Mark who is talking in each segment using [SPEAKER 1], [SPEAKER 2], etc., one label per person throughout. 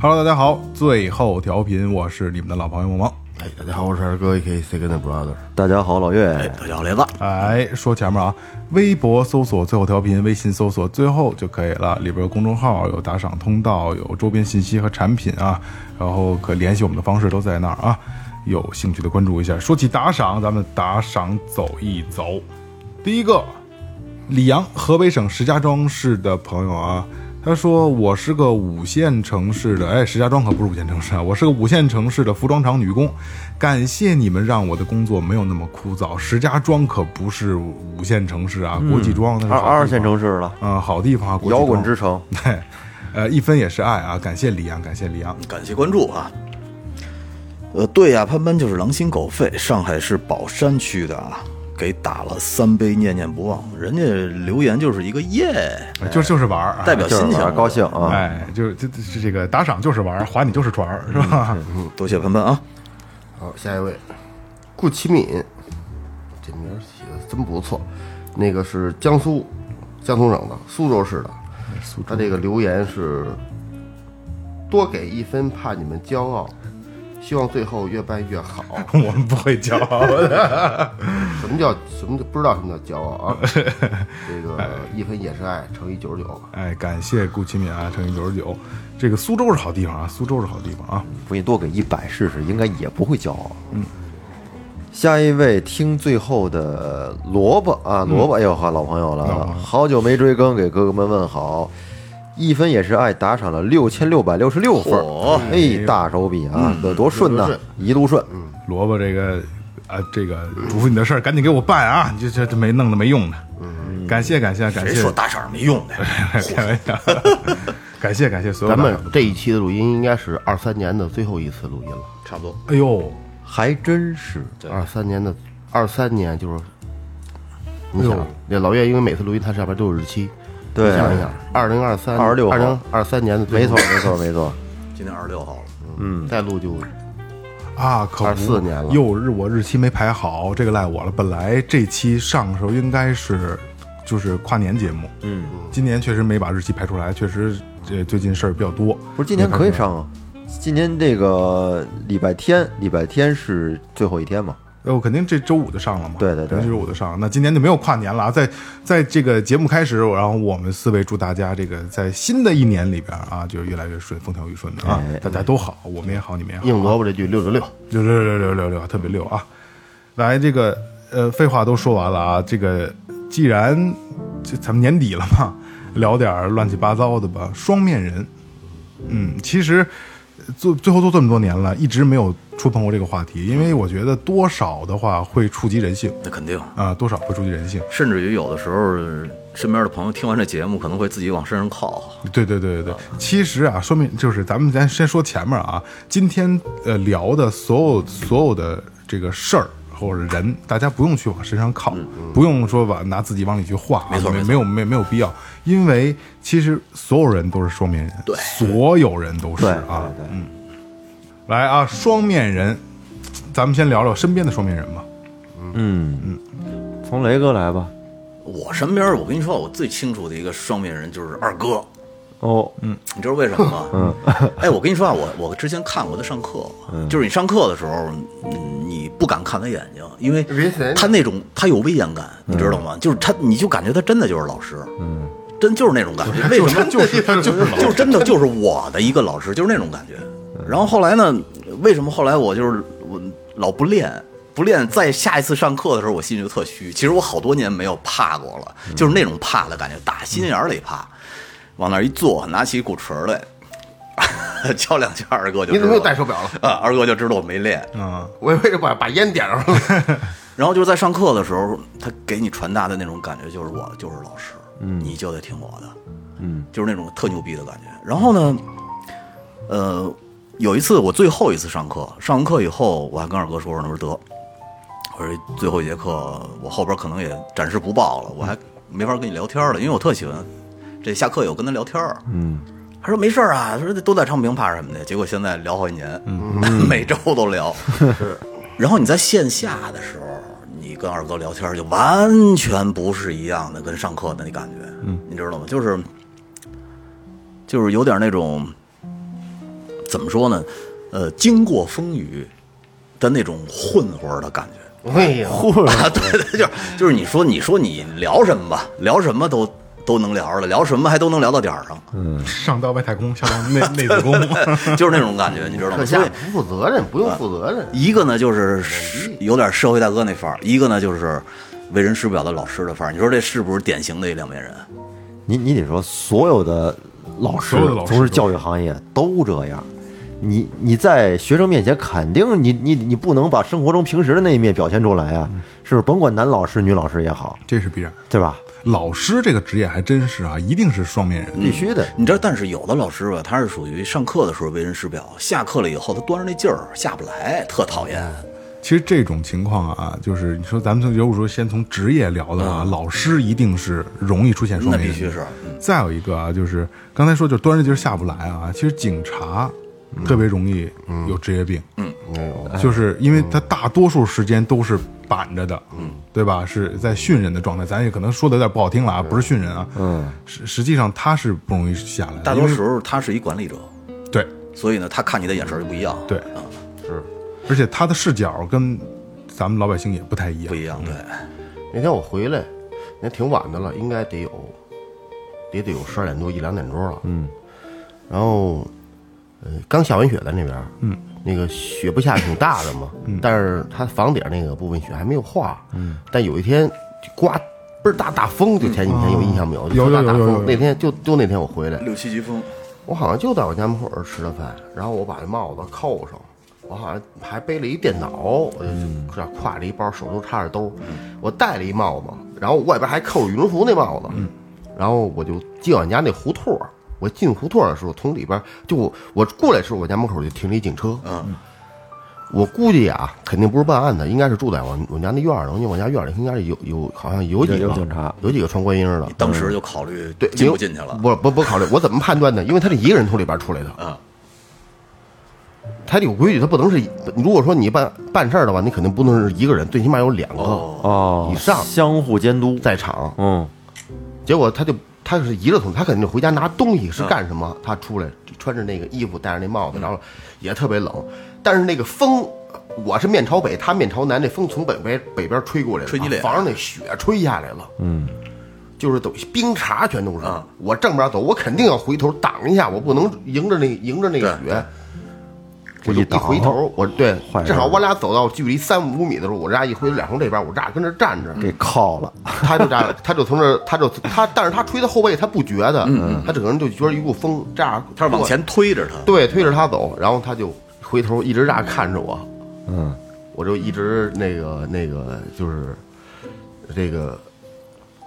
[SPEAKER 1] 哈喽，大家好，最后调频，我是你们的老朋友萌萌。
[SPEAKER 2] 哎，大家好，我是二哥 A.K. Second Brother。
[SPEAKER 3] 大家好，老
[SPEAKER 4] 哎
[SPEAKER 3] 岳，，
[SPEAKER 4] 大家好，雷子，
[SPEAKER 1] 哎，说前面啊，微博搜索最后调频，微信搜索最后就可以了。里边有公众号，有打赏通道，有周边信息和产品啊，然后可联系我们的方式都在那儿啊。有兴趣的关注一下。说起打赏，咱们打赏走一走。第一个，李阳，河北省石家庄市的朋友啊，他说我是个五线城市的，哎，石家庄可不是五线城市啊，我是个五线城市的服装厂女工，感谢你们让我的工作没有那么枯燥。石家庄可不是五线城市啊，国际庄那是
[SPEAKER 3] 二
[SPEAKER 1] 好地方
[SPEAKER 3] 嗯二线城市了，
[SPEAKER 1] 嗯，好地方啊，国际
[SPEAKER 3] 摇滚
[SPEAKER 1] 庄
[SPEAKER 3] 之城。
[SPEAKER 1] 对，呃，一分也是爱啊，感谢李阳，感谢李阳，
[SPEAKER 4] 感谢关注啊。呃，对呀、潘潘就是狼心狗肺，上海市宝山区的啊，给打了三杯念念不忘，人家留言就是一个耶，
[SPEAKER 3] 哎
[SPEAKER 1] 就就是玩
[SPEAKER 2] 啊
[SPEAKER 1] 儿，啊
[SPEAKER 4] 代表
[SPEAKER 3] 就是
[SPEAKER 4] 心情
[SPEAKER 3] 玩儿，高兴啊！
[SPEAKER 1] 哎，就是这这这个打赏就是玩儿，划你就是船儿，是吧？
[SPEAKER 3] 嗯
[SPEAKER 4] 多谢潘潘啊。
[SPEAKER 2] 好，下一位，顾其敏，这名儿起的真不错。那个是江苏，江苏省的苏嗯州市的。他这个留言是：多给一分，怕你们骄傲。希望最后越办越好。
[SPEAKER 1] 我们不会骄傲的，
[SPEAKER 2] 什么叫什么叫不知道什么叫骄傲 啊？这个一分也是爱乘以九十九，
[SPEAKER 1] 哎，感谢顾其敏啊，乘以九十九，这个苏州是好地方啊，苏州是好地方啊，
[SPEAKER 3] 不信多给一百试试，应该也不会骄傲。嗯。下一位听最后的萝卜啊，萝卜，哎呦呵，老朋友了，好久没追更，给哥哥们问好。一分也是爱，打赏了六千六百六十六分儿，哎，大手笔啊，这多顺呐，一路顺。
[SPEAKER 1] 萝卜这个啊，这个嘱咐你的事儿赶紧给我办啊，你这这这没弄的没用的，嗯，感谢感谢感
[SPEAKER 4] 谁
[SPEAKER 1] 谢
[SPEAKER 4] 说，打赏没用的？
[SPEAKER 1] 开玩笑， 感谢感谢所有
[SPEAKER 2] 咱
[SPEAKER 1] 打赏
[SPEAKER 2] 们这一期的录音应该是二三年的最后一次录音了。
[SPEAKER 4] 差不多，
[SPEAKER 1] 哎呦，
[SPEAKER 3] 还真是，
[SPEAKER 2] 二三年的二三年就是，你想这老岳，因为每次录音他上面都有日期，
[SPEAKER 3] 对
[SPEAKER 2] 你想一想，二零二三
[SPEAKER 3] 26
[SPEAKER 2] 二零二三年的最
[SPEAKER 3] 没
[SPEAKER 2] 后
[SPEAKER 3] 错，没错，没错。
[SPEAKER 4] 今天二十六号了，
[SPEAKER 2] 嗯，再录就
[SPEAKER 1] 啊，可不
[SPEAKER 2] 24年了
[SPEAKER 1] 又日我日期没排好，这个赖我了。本来这期上的时候应该是就是跨年节目，嗯，今年确实没把日期排出来，确实这最近事儿比较多。
[SPEAKER 3] 不是今年可以上啊，今年这个礼拜天，礼拜天是最后一天嘛？
[SPEAKER 1] 呃，我肯定这周五就上了嘛，
[SPEAKER 3] 对对对
[SPEAKER 1] 肯定这周五就上了。那今年就没有跨年了啊，在在这个节目开始，然后我们四位祝大家这个在新的一年里边啊，就是越来越顺，风调雨顺的啊，
[SPEAKER 3] 哎
[SPEAKER 1] 大家都好，我们也好，你们也好。
[SPEAKER 2] 硬萝卜这句六十六，
[SPEAKER 1] 六六六六六六，特别溜啊！来，这个呃，废话都说完了啊，这个既然这咱们年底了嘛，聊点儿乱七八糟的吧。双面人，嗯，其实呃做最后做这么多年了，一直没有触碰过这个话题，因为我觉得多少的话会触及人性
[SPEAKER 4] 那肯定。
[SPEAKER 1] 啊、多少会触及人性。
[SPEAKER 4] 甚至于有的时候，身边的朋友听完这节目，可能会自己往身上靠。
[SPEAKER 1] 对对对对对，其实啊，说明就是咱们咱先说前面啊，今天呃聊的所有所有的这个事儿或者人，大家不用去往身上靠，不用说往拿自己往里去画、啊，没
[SPEAKER 4] 错嗯没错
[SPEAKER 1] 没有没没有必要，因为其实所有人都是双面人，
[SPEAKER 4] 对
[SPEAKER 1] 所有人都是
[SPEAKER 3] 对
[SPEAKER 1] 啊，嗯，来啊，双面人，咱们先聊聊身边的双面人吧，
[SPEAKER 3] 嗯从雷哥来吧。
[SPEAKER 4] 我身边，我跟你说，我最清楚的一个双面人就是二哥，
[SPEAKER 3] 哦，嗯，
[SPEAKER 4] 你知道为什么吗？ 嗯，哎，我跟你说啊，我我之前看过他上课，就是你上课的时候，嗯你不敢看他眼睛，因为
[SPEAKER 2] 别谁
[SPEAKER 4] 他那种他有威严感，你知道吗？就是他，你就感觉他真的就是老师，嗯，真就是那种感觉。为什么？
[SPEAKER 1] 就是他就是老
[SPEAKER 4] 就是真的就是我的一个老师，就是那种感觉。然后后来呢，为什么后来我就是我老不练？不练，在下一次上课的时候，我心里就特虚。其实我好多年没有怕过了，就是那种怕的感觉，打心眼儿里怕。往那儿一坐，拿起鼓槌儿来， 敲两下，二哥就
[SPEAKER 2] 你怎么
[SPEAKER 4] 知
[SPEAKER 2] 又
[SPEAKER 4] 道
[SPEAKER 2] 戴手表了？
[SPEAKER 4] 啊，二哥就知道我没练。
[SPEAKER 1] 嗯，
[SPEAKER 2] 我以为这把把烟点上 了，
[SPEAKER 4] 然后就是在上课的时候，他给你传达的那种感觉就是我就是老师，你就得听我的，嗯，就是那种特牛逼的感觉。然后呢，呃，有一次我最后一次上课，上完课以后，我还跟二哥说说，我说得，我说最后一节课我后边可能也暂时不报了，我还没法跟你聊天了，因为我特喜欢这下课有跟他聊天嗯。他说没事儿啊，他说都在唱评怕什么的，结果现在聊好几年， 每周都聊。是，然后你在线下的时候，你跟二哥聊天就完全不是一样的，跟上课的那感觉，嗯，你知道吗？就是就是有点那种怎么说呢，呃，经过风雨的那种混混的感觉。
[SPEAKER 2] 哎呀，
[SPEAKER 4] 啊，对 对，就是就是你说你说你聊什么吧，聊什么都都能聊着了，聊什么还都能聊到点儿上，
[SPEAKER 1] 上到外太空，下到内 内子宫，
[SPEAKER 4] 就是那种感觉，你知道吗？
[SPEAKER 2] 课
[SPEAKER 4] 所
[SPEAKER 2] 下
[SPEAKER 4] 以
[SPEAKER 2] 不负责任，不用负责任。
[SPEAKER 4] 一个呢就是有点社会大哥那范儿，一个呢就是为人师表的老师的范儿。你说这是不是典型的一两面人？
[SPEAKER 3] 你你得说，所有的老师
[SPEAKER 1] 所有的老师
[SPEAKER 3] 从事教育行业都这样。你你在学生面前肯定你你你不能把生活中平时的那一面表现出来啊，是不是？甭管男老师女老师也好，
[SPEAKER 1] 这是必然。
[SPEAKER 3] 对吧？
[SPEAKER 1] 老师这个职业还真是啊，一定是双面人。
[SPEAKER 3] 必须的。
[SPEAKER 4] 你知道，但是有的老师吧，他是属于上课的时候为人师表，下课了以后他端着那劲儿下不来，特讨厌。
[SPEAKER 1] 其实这种情况啊，就是你说咱们如果说先从职业聊的话，老师一定是容易出现双
[SPEAKER 4] 那
[SPEAKER 1] 面
[SPEAKER 4] 必
[SPEAKER 1] 人，
[SPEAKER 4] 须是。嗯
[SPEAKER 1] 再有一个啊，就是刚才说，就端着劲儿下不来啊。其实警察特别容易有职业病，嗯，就是因为他大多数时间都是板着的，嗯，对吧？是在训人的状态，咱也可能说的有点不好听了啊，不是训人啊，嗯，实实际上他是不容易下来的，
[SPEAKER 4] 大多
[SPEAKER 1] 因为
[SPEAKER 4] 时候他是一管理者，
[SPEAKER 1] 对
[SPEAKER 4] 所以呢，他看你的眼神就不一样。
[SPEAKER 1] 对
[SPEAKER 4] 啊，
[SPEAKER 1] 而且他的视角跟咱们老百姓也不太一样
[SPEAKER 4] 不，一样。对，
[SPEAKER 2] 那天我回来，那挺晚的了，应该得有，也得有十二点多一两点钟了。嗯，然后，呃，刚下完雪在那边，嗯，那个雪不下挺大的嘛，嗯，但是它房顶那个部分雪还没有化，嗯，但有一天就刮倍儿大大风，就前几天有印象没哦
[SPEAKER 1] 有
[SPEAKER 2] 有？就特大
[SPEAKER 1] 有
[SPEAKER 2] 大
[SPEAKER 1] 有有
[SPEAKER 2] 风
[SPEAKER 1] 有有
[SPEAKER 2] 那天就就那天我回来，
[SPEAKER 4] 六七级风，
[SPEAKER 2] 我好像就在我家门口儿吃的饭，然后我把这帽子扣上，我好像还背了一电脑，我就这挎着一包，手都插着兜，
[SPEAKER 3] 嗯
[SPEAKER 2] 我戴了一帽子，然后外边还扣着羽绒服那帽子，
[SPEAKER 3] 嗯
[SPEAKER 2] 然后我就进俺家那胡同儿，我进胡同儿的时候，从里边儿就我我过来的时候，我家门口就停了一警车，嗯，我估计啊，肯定不是办案的，应该是住在我我家那院儿的，因为我家院儿里应该是有有好像有几
[SPEAKER 3] 有
[SPEAKER 2] 个
[SPEAKER 3] 警察，
[SPEAKER 2] 有几个穿观音儿的，
[SPEAKER 4] 当时就考虑
[SPEAKER 2] 对，
[SPEAKER 4] 进
[SPEAKER 2] 因
[SPEAKER 4] 不
[SPEAKER 2] 为
[SPEAKER 4] 进去了。
[SPEAKER 2] 不不不考虑，我怎么判断呢？因为他是一个人从里边出来的
[SPEAKER 4] 啊，
[SPEAKER 2] 他得有规矩，他不能是一。如果说你办办事儿的话，你肯定不能是一个人，最起码有两个、
[SPEAKER 3] 哦，
[SPEAKER 2] 以上
[SPEAKER 3] 相互监督，
[SPEAKER 2] 在场。
[SPEAKER 3] 嗯，
[SPEAKER 2] 结果他就他是一个从，他肯定回家拿东西是干什么？他出来穿着那个衣服，戴着那帽子，然后也特别冷，但是那个风。我是面朝北，他面朝南，那风从北边北边吹过来的，
[SPEAKER 4] 吹你脸
[SPEAKER 2] 把房上那雪吹下来了。嗯，就是都冰碴全都是。
[SPEAKER 4] 啊
[SPEAKER 2] 我正面走，我肯定要回头挡一下，我不能迎着那迎着那个
[SPEAKER 4] 对
[SPEAKER 2] 雪。
[SPEAKER 3] 这
[SPEAKER 2] 我就
[SPEAKER 3] 一
[SPEAKER 2] 一
[SPEAKER 3] 挡
[SPEAKER 2] 回头，我对
[SPEAKER 3] 坏人，
[SPEAKER 2] 正好我俩走到距离三五米的时候，我这俩一回头，俩从这边，我这俩跟这站着，
[SPEAKER 3] 给铐了，
[SPEAKER 2] 他就这样，他就从这儿，他就他，但是他吹到后背，他不觉得，他整个人就觉得一股风这样，
[SPEAKER 4] 嗯他是往前推着他，
[SPEAKER 2] 对推着他走，然后他就回头一直这样看着我，
[SPEAKER 3] 嗯，
[SPEAKER 2] 我就一直那个那个就是这个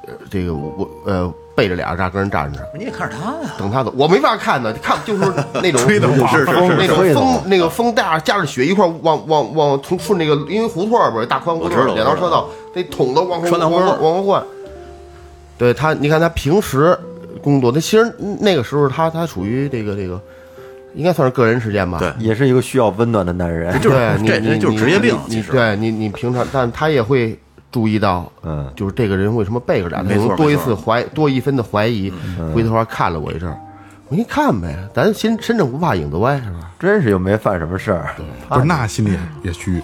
[SPEAKER 2] 呃这个我呃背着俩人这样跟人站着。
[SPEAKER 4] 你也看着他呀。
[SPEAKER 2] 等他走，我没法看呢，看就是那种
[SPEAKER 1] 吹得
[SPEAKER 2] 那种
[SPEAKER 1] 是是是
[SPEAKER 3] 吹
[SPEAKER 2] 那种
[SPEAKER 3] 得
[SPEAKER 2] 风
[SPEAKER 3] 猛，
[SPEAKER 2] 那个风带着夹着雪一块儿往往往从顺那个，因为胡同儿不是大宽胡
[SPEAKER 4] 我知
[SPEAKER 2] 同
[SPEAKER 4] 道
[SPEAKER 2] 儿，
[SPEAKER 4] 我知
[SPEAKER 2] 两
[SPEAKER 4] 道
[SPEAKER 2] 条车道，那捅的往
[SPEAKER 4] 穿
[SPEAKER 2] 往
[SPEAKER 4] 堂
[SPEAKER 2] 往
[SPEAKER 4] 风
[SPEAKER 2] 往往换。对他，你看他平时工作，他其实那个时候他他属于这个这个，应该算是个人时间吧。
[SPEAKER 4] 对
[SPEAKER 3] 也是一个需要温暖的男人。
[SPEAKER 4] 就是
[SPEAKER 2] 对你
[SPEAKER 4] 这
[SPEAKER 2] 你
[SPEAKER 4] 这就是
[SPEAKER 2] 你
[SPEAKER 4] 职业病
[SPEAKER 2] 你
[SPEAKER 4] 其
[SPEAKER 2] 你
[SPEAKER 4] 实
[SPEAKER 2] 对你你平常，但他也会注意到，
[SPEAKER 3] 嗯，
[SPEAKER 2] 就是这个人为什么背着俩，他
[SPEAKER 4] 没错
[SPEAKER 2] 能多一
[SPEAKER 4] 没错嗯
[SPEAKER 2] 次怀多一分的怀疑，
[SPEAKER 3] 嗯
[SPEAKER 2] 回头还看了我一阵儿，我一看呗，咱身身正不怕影子歪是吧？
[SPEAKER 3] 真是又没犯什么事儿，
[SPEAKER 1] 不是那心里也 虚，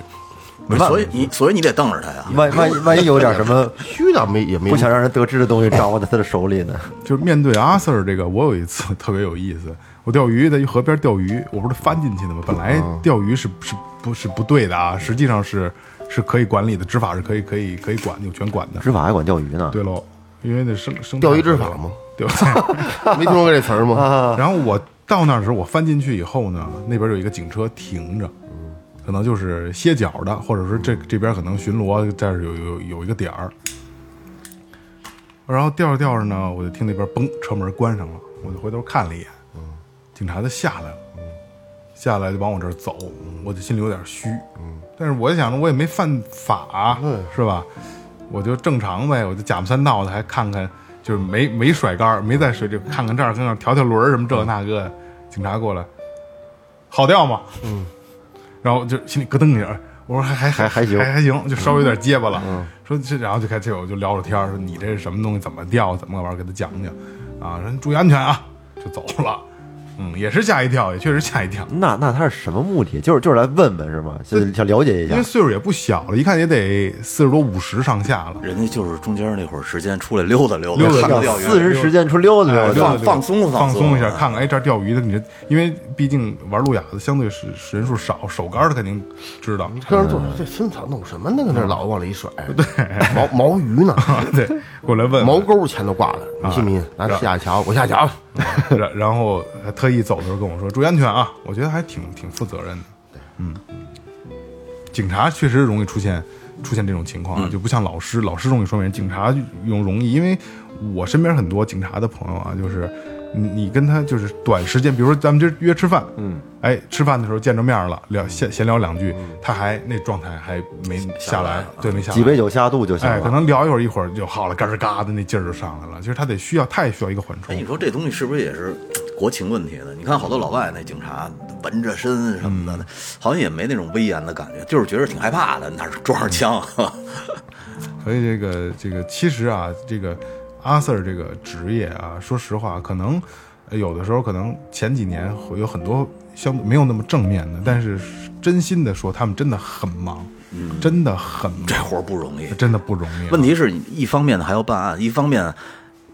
[SPEAKER 4] 不是所以你所以你得瞪着他呀。
[SPEAKER 3] 万万一万一有点什 么
[SPEAKER 2] 虚的没也没
[SPEAKER 3] 不想让人得知的东西掌握在他的 手里呢？
[SPEAKER 1] 就是面对阿 Sir 这个，我有一次特别有意思，我钓鱼在一河边钓鱼，我不是翻进去的吗？本来
[SPEAKER 2] 啊
[SPEAKER 1] 钓鱼是是不是不对的啊？实际上是是可以管理的，执法是可以可以可以管有权管的。
[SPEAKER 3] 执法还管钓鱼呢？
[SPEAKER 1] 对喽，因为那生生
[SPEAKER 2] 钓鱼执法吗？
[SPEAKER 1] 对 吧？
[SPEAKER 2] 没听说过这词儿
[SPEAKER 3] 啊
[SPEAKER 2] 吗？
[SPEAKER 1] 然后我到那儿的时候，我翻进去以后呢，那边有一个警车停着，可能就是歇脚的，或者说这这边可能巡逻，这儿有有有一个点儿。然后钓着钓着呢，我就听那边嘣车门关上了，我就回头看了一眼，警察就下来了，下来就往我这儿走，我就心里有点虚。嗯，但是我想着我也没犯法，是吧？我就正常呗，我就假模三道的，还看看，就是没没甩杆儿，没在水里看看这儿，看看调调轮儿什么这那个的。警察过来，好掉吗？嗯，然后就心里咯噔一下，我说还还
[SPEAKER 3] 还还行
[SPEAKER 1] 还还行，就稍微有点结巴了。说这，然后就开始我就聊着天儿，说你这是什么东西，怎么掉，怎么个玩意儿，给他讲讲啊，说你注意安全啊，就走了。嗯，也是吓一跳，也确实吓一跳，
[SPEAKER 3] 那那他是什么目的？就是就是来问问是吗？就是想了解一
[SPEAKER 1] 因为
[SPEAKER 3] 下。
[SPEAKER 1] 岁数也不小了，一看也得四十多五十上下了。
[SPEAKER 4] 人家就是中间那会儿时间出来溜达溜达，
[SPEAKER 1] 溜
[SPEAKER 4] 看
[SPEAKER 1] 达
[SPEAKER 4] 看
[SPEAKER 1] 钓
[SPEAKER 4] 钓
[SPEAKER 1] 鱼
[SPEAKER 4] 鱼。
[SPEAKER 3] 私人时间出溜达溜
[SPEAKER 1] 哎
[SPEAKER 3] 达，
[SPEAKER 4] 放放松了
[SPEAKER 1] 放
[SPEAKER 4] 放松
[SPEAKER 1] 松一下，
[SPEAKER 4] 了
[SPEAKER 1] 看看哎，这儿钓鱼的，你这因为毕竟玩路亚的相对是是人数少，手杆儿的肯定知道。
[SPEAKER 2] 跟人坐
[SPEAKER 3] 嗯
[SPEAKER 2] 着这孙子弄什么呢？搁那老往里一甩，对，毛毛鱼 呢，
[SPEAKER 1] 对，过来问问
[SPEAKER 2] 毛钩前头挂着，
[SPEAKER 3] 啊
[SPEAKER 2] 你信不信？咱下去瞧，我下去瞧。
[SPEAKER 1] 然然后还特意走的时候跟我说注意安全啊，我觉得还挺挺负责任的。嗯，警察确实容易出现出现这种情
[SPEAKER 3] 嗯
[SPEAKER 1] 况啊，就不像老师，老师容易说明警察用容易，因为我身边很多警察的朋友啊，就是你你跟他就是短时间，比如说咱们今儿约吃饭，嗯，哎，吃饭的时候见着面了，聊闲闲聊两句，
[SPEAKER 3] 嗯
[SPEAKER 1] 他还那状态还没下来，对，没下来，
[SPEAKER 3] 啊几杯酒下肚就行
[SPEAKER 1] 哎，可
[SPEAKER 3] 了。
[SPEAKER 1] 能聊一会儿一会儿就好了，嘎吱嘎的那劲儿就上来了。其实他得需要太需要一个缓
[SPEAKER 4] 哎，
[SPEAKER 1] 冲
[SPEAKER 4] 你，说这东西是不是也是国情问题呢？你看好多老外那警察纹着身什么
[SPEAKER 1] 嗯
[SPEAKER 4] 的，好像也没那种威严的感觉，就是觉得挺害怕的，哪儿装上枪？
[SPEAKER 1] 嗯所以这个这个其实啊，这个阿 Sir 这个职业啊，说实话，可能呃有的时候可能前几年会有很多相没有那么正面的，但是真心的说，他们真的很忙，真的很忙
[SPEAKER 4] 嗯这，活儿不容易。
[SPEAKER 1] 真的不容易。
[SPEAKER 4] 问题是一方面呢还要办案，一方面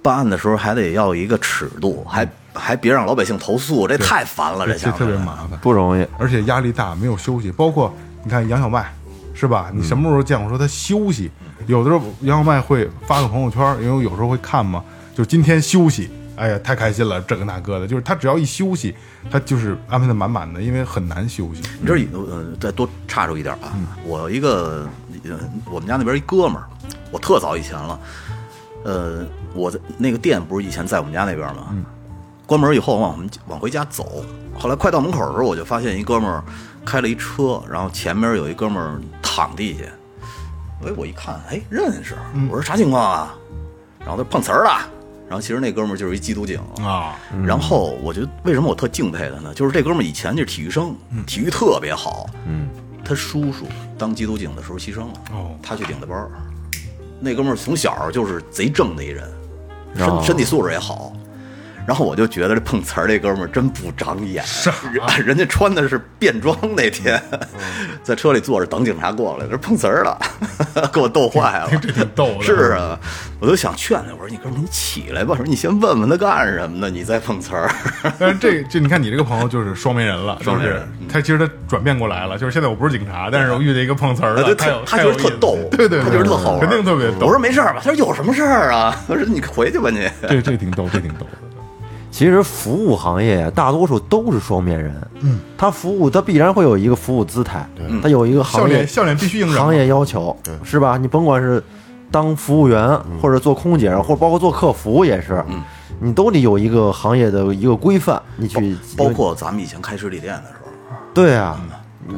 [SPEAKER 4] 办案的时候还得要一个尺度，还还别让老百姓投诉，这太烦了，
[SPEAKER 1] 嗯这
[SPEAKER 4] 想
[SPEAKER 1] 特别
[SPEAKER 4] 法
[SPEAKER 1] 麻烦，
[SPEAKER 3] 不容易，
[SPEAKER 1] 而且压力大，没有休息。包括你看杨小麦，是吧？
[SPEAKER 4] 嗯
[SPEAKER 1] 你什么时候见我说他休息？有的时候杨小麦会发个朋友圈，因为我有时候会看嘛，就今天休息。哎呀，太开心了，这个那个的，就是他只要一休息，他就是安排的满满的，因为很难休息。
[SPEAKER 4] 你这儿呃，再多插出一点啊，我一个呃，我们家那边一哥们儿，我特早以前了，呃，我在那个店不是以前在我们家那边吗？关门以后往我们往回家走，后来快到门口的时候，我就发现一哥们儿开了一车，然后前面有一哥们儿躺地下，哎，我一看，哎，认识，我说啥情况啊？然后他碰瓷儿了，然后其实那哥们儿就是一缉毒警
[SPEAKER 1] 啊，
[SPEAKER 4] 然后我觉得为什么我特敬佩他呢？就是这哥们儿以前就是体育生，体育特别好。嗯，他叔叔当缉毒警的时候牺牲了，
[SPEAKER 1] 哦
[SPEAKER 4] 他去顶的班儿。那哥们儿从小就是贼正的一人，身、
[SPEAKER 3] 哦
[SPEAKER 4] 身体素质也好。然后我就觉得这碰瓷儿这哥们儿真不长眼，
[SPEAKER 1] 啊
[SPEAKER 4] 人 人家穿的是便装那天，
[SPEAKER 1] 嗯
[SPEAKER 4] 在车里坐着等警察过来，这碰瓷儿了， 给我逗坏了，
[SPEAKER 1] 挺逗的
[SPEAKER 4] 是啊，我都想劝他，我说你哥们儿你起来吧，我说你先问问他干什么呢，你再碰瓷儿。
[SPEAKER 1] 但是这这你看你这个朋友就是双面人了，就
[SPEAKER 4] 双面
[SPEAKER 1] 是
[SPEAKER 4] 人
[SPEAKER 1] 他其实他转变过来了，就是现在我不是警察，但是我遇见一个碰瓷儿
[SPEAKER 4] 啊
[SPEAKER 1] 的，
[SPEAKER 4] 对，
[SPEAKER 1] 太有
[SPEAKER 4] 特他
[SPEAKER 1] 太
[SPEAKER 4] 觉
[SPEAKER 1] 有
[SPEAKER 4] 得特
[SPEAKER 1] 意思
[SPEAKER 4] 逗，
[SPEAKER 1] 对对，
[SPEAKER 4] 他
[SPEAKER 1] 对
[SPEAKER 4] 觉得特好玩，
[SPEAKER 1] 肯定特别逗。
[SPEAKER 4] 我说没事儿吧，他说有什么事儿啊？ 我说你回去吧你。
[SPEAKER 1] 这这挺逗，这挺逗的。
[SPEAKER 3] 其实服务行业呀，大多数都是双面人。嗯，他服务他必然会有一个服务姿态，他有一个
[SPEAKER 1] 笑
[SPEAKER 3] 行业
[SPEAKER 1] 脸笑脸必须硬
[SPEAKER 3] 行
[SPEAKER 1] 着，
[SPEAKER 3] 业要求，
[SPEAKER 4] 嗯
[SPEAKER 3] 是吧？你甭管是当服务员，或者做空姐，或者包括做客服也是，
[SPEAKER 4] 嗯
[SPEAKER 3] 你都得有一个行业的一个规范，你去
[SPEAKER 4] 包括嗯咱们以前开实体店的时候，
[SPEAKER 3] 对啊。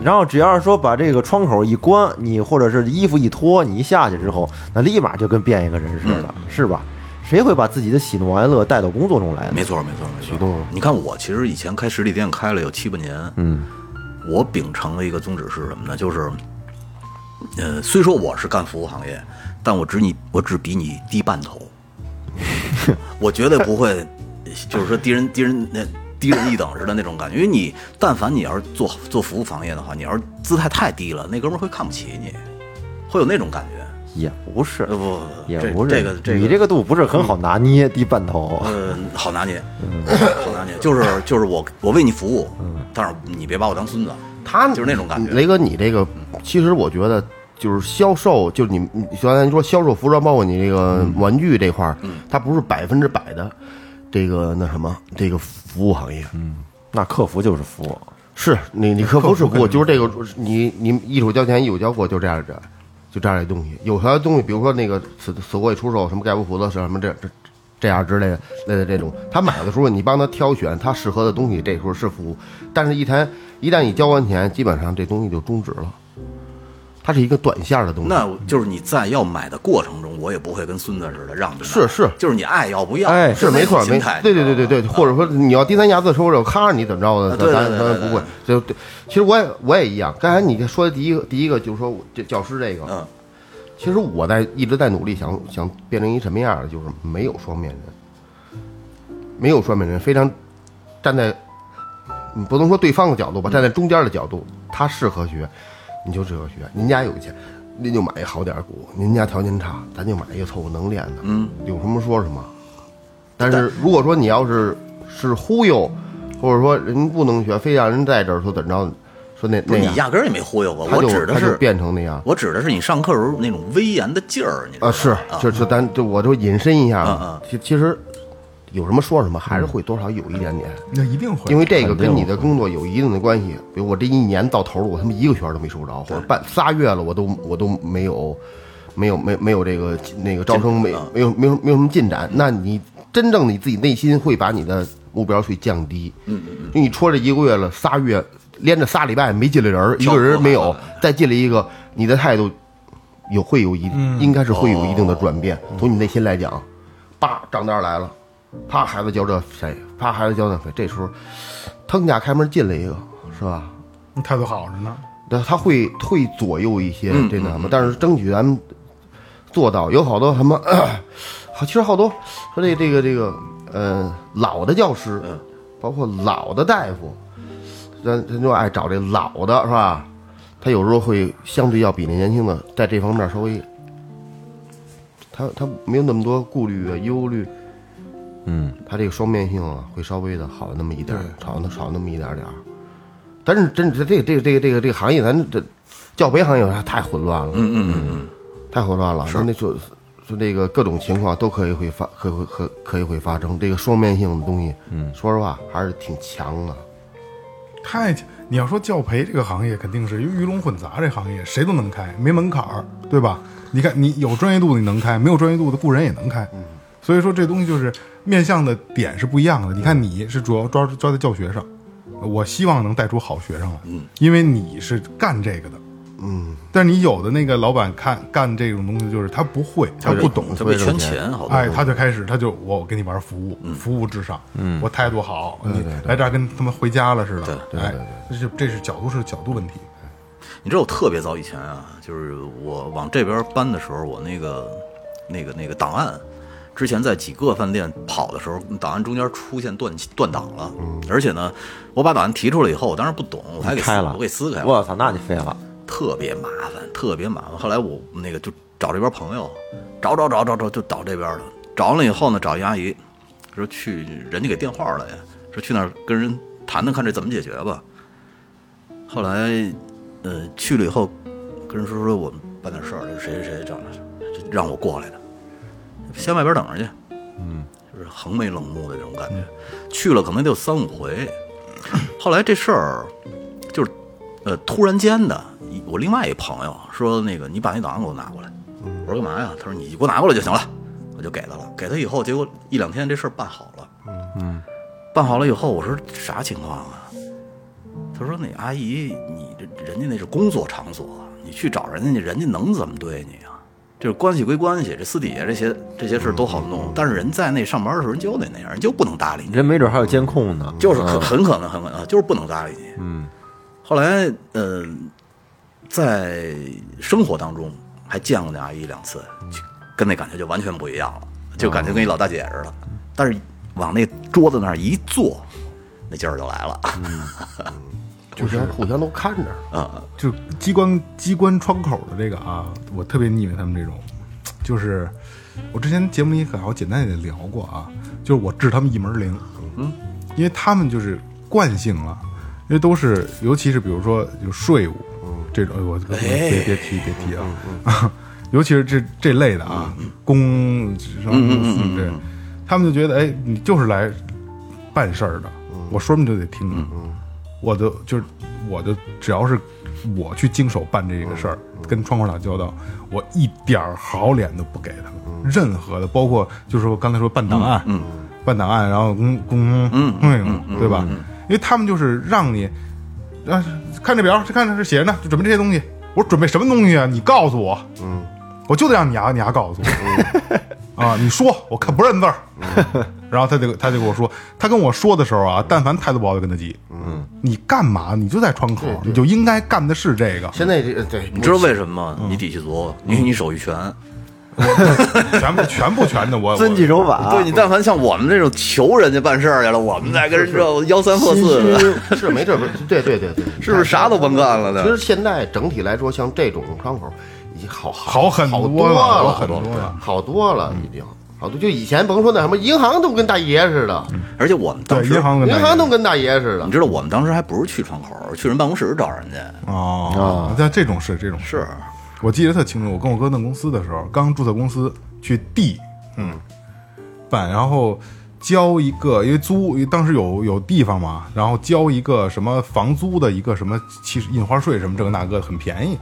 [SPEAKER 3] 然后只要是说把这个窗口一关，你或者是衣服一脱，你一下去之后，那立马就跟变一个人似的，
[SPEAKER 4] 嗯
[SPEAKER 3] 是吧？谁会把自己的喜怒哀乐带到工作中来呢
[SPEAKER 4] 没？错没错没错。你看我其实以前开实体店开了有七八年，
[SPEAKER 3] 嗯，
[SPEAKER 4] 我秉承的一个宗旨是什么呢？就是，呃，虽说我是干服务行业，但我只你我只比你低半 头，我绝对不会，就是说低人低人那低人一等似的那种感觉。因为你但凡你要是做做服务行业的话，你要是姿态太低了，那哥们儿会看不起你，会有那种感觉。
[SPEAKER 3] 也不是
[SPEAKER 4] 呃，不
[SPEAKER 3] 也
[SPEAKER 4] 不不，
[SPEAKER 3] 不是
[SPEAKER 4] 这这个这个嗯
[SPEAKER 3] 你这个度不是很好拿捏，低半头。
[SPEAKER 4] 呃，好拿捏，
[SPEAKER 2] 嗯
[SPEAKER 4] 好拿捏，就是就是我我为你服务，但是你别把我当孙子，
[SPEAKER 2] 他
[SPEAKER 4] 就是那种感觉。
[SPEAKER 2] 雷哥，你这个其实我觉得就是销售，就是你你刚才你说销售服装，包括你这个
[SPEAKER 4] 嗯
[SPEAKER 2] 玩具这块儿，它不是百分之百的这个那什么这个服务行业。
[SPEAKER 4] 嗯
[SPEAKER 3] 那客服就是服务，
[SPEAKER 2] 是你你客服是服务，就是这个你你艺术交钱，艺术交货，就这样的，就这样的东西。有些东西，比如说那个所所谓出售什么盖布胡子是什么这这这样之类的类的这种，他买的时候你帮他挑选他适合的东西，这时候是服务。但是一谈一旦你交完钱，基本上这东西就终止了，它是一个短线的东西。
[SPEAKER 4] 那我就是你在要买的过程中，我也不会跟孙子似的让着买。
[SPEAKER 2] 是是
[SPEAKER 4] 就是你爱要不要，
[SPEAKER 3] 哎
[SPEAKER 2] 是没错，
[SPEAKER 4] 心
[SPEAKER 2] 没
[SPEAKER 4] 态。
[SPEAKER 2] 对对对对对，或者说你要低三下四收着，咔你怎么着的，
[SPEAKER 4] 嗯啊对对
[SPEAKER 2] 咱
[SPEAKER 4] 对
[SPEAKER 2] 咱
[SPEAKER 4] 对
[SPEAKER 2] 咱不会。就对，其实我也我也一样。刚才你说的第一个第一个就是说我这教师这个，
[SPEAKER 4] 嗯，
[SPEAKER 2] 其实我在一直在努力想想变成一什么样的，就是没有双面人，没有双面人，非常站在你不能说对方的角度吧，站在中间的角度，他适合学，你就适合学。您家有钱，您就买一好点儿股；您家条件差，咱就买一个凑合能练的。嗯，有什么说什么。但是如果说你要是是忽悠，或者说人不能学，非让人在这儿说怎么着，说那
[SPEAKER 4] 不
[SPEAKER 2] 那
[SPEAKER 4] 是
[SPEAKER 2] 样
[SPEAKER 4] 你，压根儿也没忽悠过，
[SPEAKER 2] 他
[SPEAKER 4] 我
[SPEAKER 2] 就
[SPEAKER 4] 指的啊
[SPEAKER 2] 他就是变成那样。
[SPEAKER 4] 我指的是你上课时候那种威严的劲儿，你知道
[SPEAKER 2] 啊，
[SPEAKER 4] 吗
[SPEAKER 2] 是，就是咱就我就引申一下啊，其其实有什么说什么，还是会多少有一点点，
[SPEAKER 5] 那一定会，
[SPEAKER 2] 因为这个跟你的工作有一定的关系。比如我这一年到头了，我他妈一个学生都没收着，或者半仨月了，我都我都没有，没有没没有这个那个招生没没有没有没有什么进展。那你真正你自己内心会把你的目标去降低，嗯嗯，因为你戳这一个月了，仨月连着仨礼拜没进来人儿，一
[SPEAKER 4] 跳
[SPEAKER 2] 个人
[SPEAKER 4] 脱
[SPEAKER 2] 没
[SPEAKER 4] 了
[SPEAKER 2] 有，再进来一个，你的态度有会有一，应该是会有一定的转变。从你内心来讲，爸账单来了，啪孩子交这谁，啪孩子交那费，这时候腾家开门进来一个，是吧？
[SPEAKER 1] 你态度好着呢。
[SPEAKER 2] 那他会会左右一些这个什么，但是争取咱们做到。有好多什么，好其实好多说这这个这个呃老的教师，包括老的大夫，咱咱就爱找这老的是吧？他有时候会相对要比那年轻的在这方面稍微，他他没有那么多顾虑啊忧虑，嗯，他这个双面性啊会稍微的好那么一点儿，少那少那么一点儿点儿。但是真这这这个这个这个这个行业，咱这教培行业太混乱了，嗯嗯嗯太混乱了。是那就就这个各种情况都可以会发，可会可可以会发生。这个双面性的东西，嗯，说实话还是挺强的。
[SPEAKER 1] 太，你要说教培这个行业，肯定是因为鱼龙混杂这行业，谁都能开，没门槛儿，对吧？你看，你有专业度的你能开，没有专业度的雇人也能开。所以说这东西就是面向的点是不一样的。你看，你是主要抓抓在教学上，我希望能带出好学生来，因为你是干这个的。嗯，但是你有的那个老板看干这种东西，就是他不会，他不懂，
[SPEAKER 4] 他没圈钱，好多。
[SPEAKER 1] 哎，他就开始，他就我给你玩服务，服务至上，嗯，我态度好，你来这儿跟他们回家了似的，哎，这是这是角度是角度问题，
[SPEAKER 4] 你知道我特别早以前啊，就是我往这边搬的时候，我那个那个那个档案，之前在几个饭店跑的时候，档案中间出现断断档了，而且呢，我把档案提出来以后，我当时不懂，我还给撕
[SPEAKER 3] 开了，
[SPEAKER 4] 我给撕开了，
[SPEAKER 3] 我操，那就废了。
[SPEAKER 4] 特别麻烦，特别麻烦。后来我那个就找这边朋友，找找找找找，就找这边了。找完了以后呢，找一阿姨说去，人家给电话了呀，说去那儿跟人谈谈看这怎么解决吧。后来，呃，去了以后，跟人说说我们办点事儿，谁谁谁找这让我过来的，先外边等着去。嗯，就是横眉冷目的这种感觉。去了可能得有三五回。后来这事儿就是呃，突然间的，一我另外一朋友说，那个你把那档案给我拿过来。我说干嘛呀？他说你给我拿过来就行了，我就给他了。给他以后，结果一两天这事儿办好了。嗯，办好了以后，我说啥情况啊？他说那阿姨，你这人家那是工作场所，你去找人家去，人家能怎么对你啊？就是关系归关系，这私底下这些这些事儿都好弄，但是人在那上班的时候，人就得那样，人就不能搭理你。
[SPEAKER 3] 人没准还有监控呢，
[SPEAKER 4] 就是很很可能，很可能啊就是不能搭理你。嗯，后来呃，在生活当中还见过那阿姨两次，就跟那感觉就完全不一样了，就感觉跟一老大姐似的。但是往那桌子那儿一坐，那劲儿就来了。
[SPEAKER 2] 互相互相都看着，
[SPEAKER 1] 就机关机关窗口的这个啊，我特别腻歪他们这种，就是我之前节目里好像简单也聊过啊，就是我治他们一门儿灵，嗯，因为他们就是惯性了，因为都是尤其是比如说有税务，这种哎我别别提别提啊， 尤其是这这类的啊，公什么公司这，他们就觉得哎你就是来办事儿的，我说什么就得听，我就就是我就只要是我去经手办这个事儿，跟窗口打交道，我一点儿好脸都不给他们，任何的，包括就是说刚才说办档案，嗯，办档案，然后公公嗯对吧？因为他们就是让你啊，看这表，看这是写着呢，就准备这些东西。我说准备什么东西啊？你告诉我，嗯，我就得让你牙你牙告诉我， 啊，你说我看不认字儿。然后他就他就跟我说，他跟我说的时候啊，但凡态度不好，我就跟他急。嗯，你干嘛？你就在窗口，你就应该干的是这个，
[SPEAKER 2] 现在这个对，
[SPEAKER 4] 你知道为什么吗？你底气足，因为你手艺全。
[SPEAKER 1] 全部全不全的我。
[SPEAKER 3] 遵纪守法，
[SPEAKER 4] 啊对你，但凡像我们这种求人家办事儿去了，我们再跟人这幺三
[SPEAKER 2] 我
[SPEAKER 4] 鹤四的，
[SPEAKER 2] 是是没这不是对对对对，
[SPEAKER 4] 是不是啥都甭干了呢
[SPEAKER 2] 其实现在整体来说，像这种窗口已经好好
[SPEAKER 1] 好很
[SPEAKER 2] 好
[SPEAKER 1] 多
[SPEAKER 2] 了，
[SPEAKER 1] 了，
[SPEAKER 2] 好
[SPEAKER 1] 很多了。
[SPEAKER 2] 好多了，已经好多。就以前甭说那什么，银行都跟大爷似的，
[SPEAKER 4] 而且我们当
[SPEAKER 1] 对，
[SPEAKER 4] 时
[SPEAKER 1] 银，行跟
[SPEAKER 2] 银
[SPEAKER 1] 大
[SPEAKER 2] 行
[SPEAKER 1] 爷
[SPEAKER 2] 都跟大爷似的
[SPEAKER 1] 嗯
[SPEAKER 4] 你。知道我们当时还不是去窗口，去人办公室找人家，
[SPEAKER 1] 哦，像这种事，这种事
[SPEAKER 4] 是
[SPEAKER 1] 我记得特清楚。我跟我哥弄公司的时候，刚注册公司去地，嗯，办，然后交一个，因为租，因为当时有有地方嘛，然后交一个什么房租的一个什么其实印花税什么这个那个的很便宜，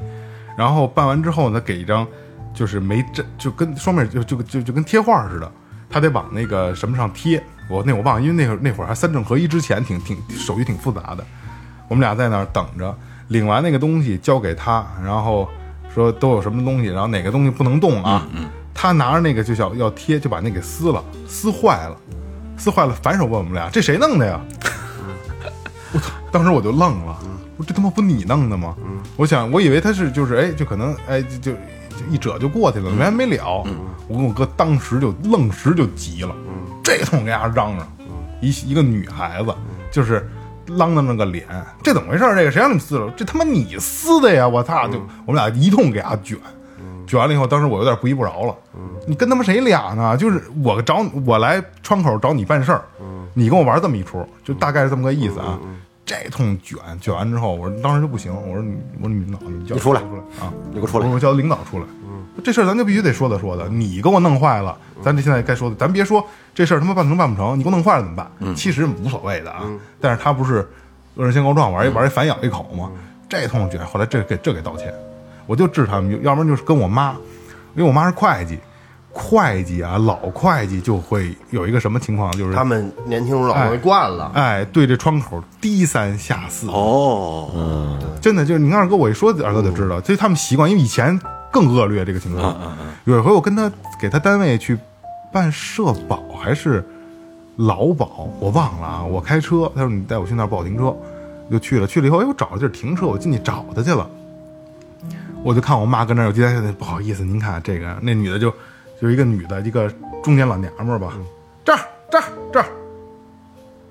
[SPEAKER 1] 然后办完之后呢，给一张就是没这就跟双面就就就就跟贴画似的，他得往那个什么上贴。我那我忘了，因为那会儿那会儿还三证合一之前挺挺手续挺复杂的，我们俩在那儿等着，领完那个东西交给他，然后说都有什么东西，然后哪个东西不能动啊？他拿着那个就想要贴，就把那给撕了，撕坏了，撕坏了，反手问我们俩这谁弄的呀？当时我就愣了，我说这他妈不你弄的吗？我想我以为他是就是哎，就可能哎就就就一折就过去了，没完没了。我跟我哥当时就愣时就急了，这通给丫嚷嚷，一一个女孩子就是。啷当着个脸，这怎么回事儿？这个谁让你们撕了？这他妈你撕的呀！我操！就我们俩一通给他卷，卷完了以后，当时我有点不依不饶了。你跟他妈谁俩呢？就是我找我来窗口找你办事儿，
[SPEAKER 3] 嗯
[SPEAKER 1] 你跟我玩这么一出，就大概是这么个意思啊。这通卷卷完之后，我说当时就不行，我说你我说你领导你叫
[SPEAKER 3] 你出来
[SPEAKER 1] 啊，
[SPEAKER 3] 你给我出来
[SPEAKER 1] 我说叫领导出来。
[SPEAKER 2] 嗯
[SPEAKER 1] 这事儿咱就必须得说道说道，你给我弄坏了，咱这现在该说的，咱别说这事儿他妈办成办不成，你给我弄坏了怎么办？
[SPEAKER 2] 嗯
[SPEAKER 1] 其实无所谓的啊，但是他不是恶人先告状，玩
[SPEAKER 2] 嗯
[SPEAKER 1] 一玩一反咬一口吗？这通卷，后来这给这给道歉，我就治他们，要不然就是跟我妈，因为我妈是会计，会计啊，老会计就会有一个什么情况，就是
[SPEAKER 2] 他们年轻人老容易惯了，
[SPEAKER 1] 哎对这窗口低三下四，
[SPEAKER 4] 哦，
[SPEAKER 1] 真的就是你跟二哥我一说，二哥就知道，所以他们习惯，因为以前更恶劣这个情况。有一回我跟他给他单位去办社保还是劳保，我忘了啊。我开车，他说你带我去那儿不好停车，就去了。去了以后，哎，我找个地儿停车，我进去找他去了。我就看我妈跟那儿有接待员，不好意思，您看这个那女的就就一个女的，一个中年老娘们儿吧，这儿这儿这儿，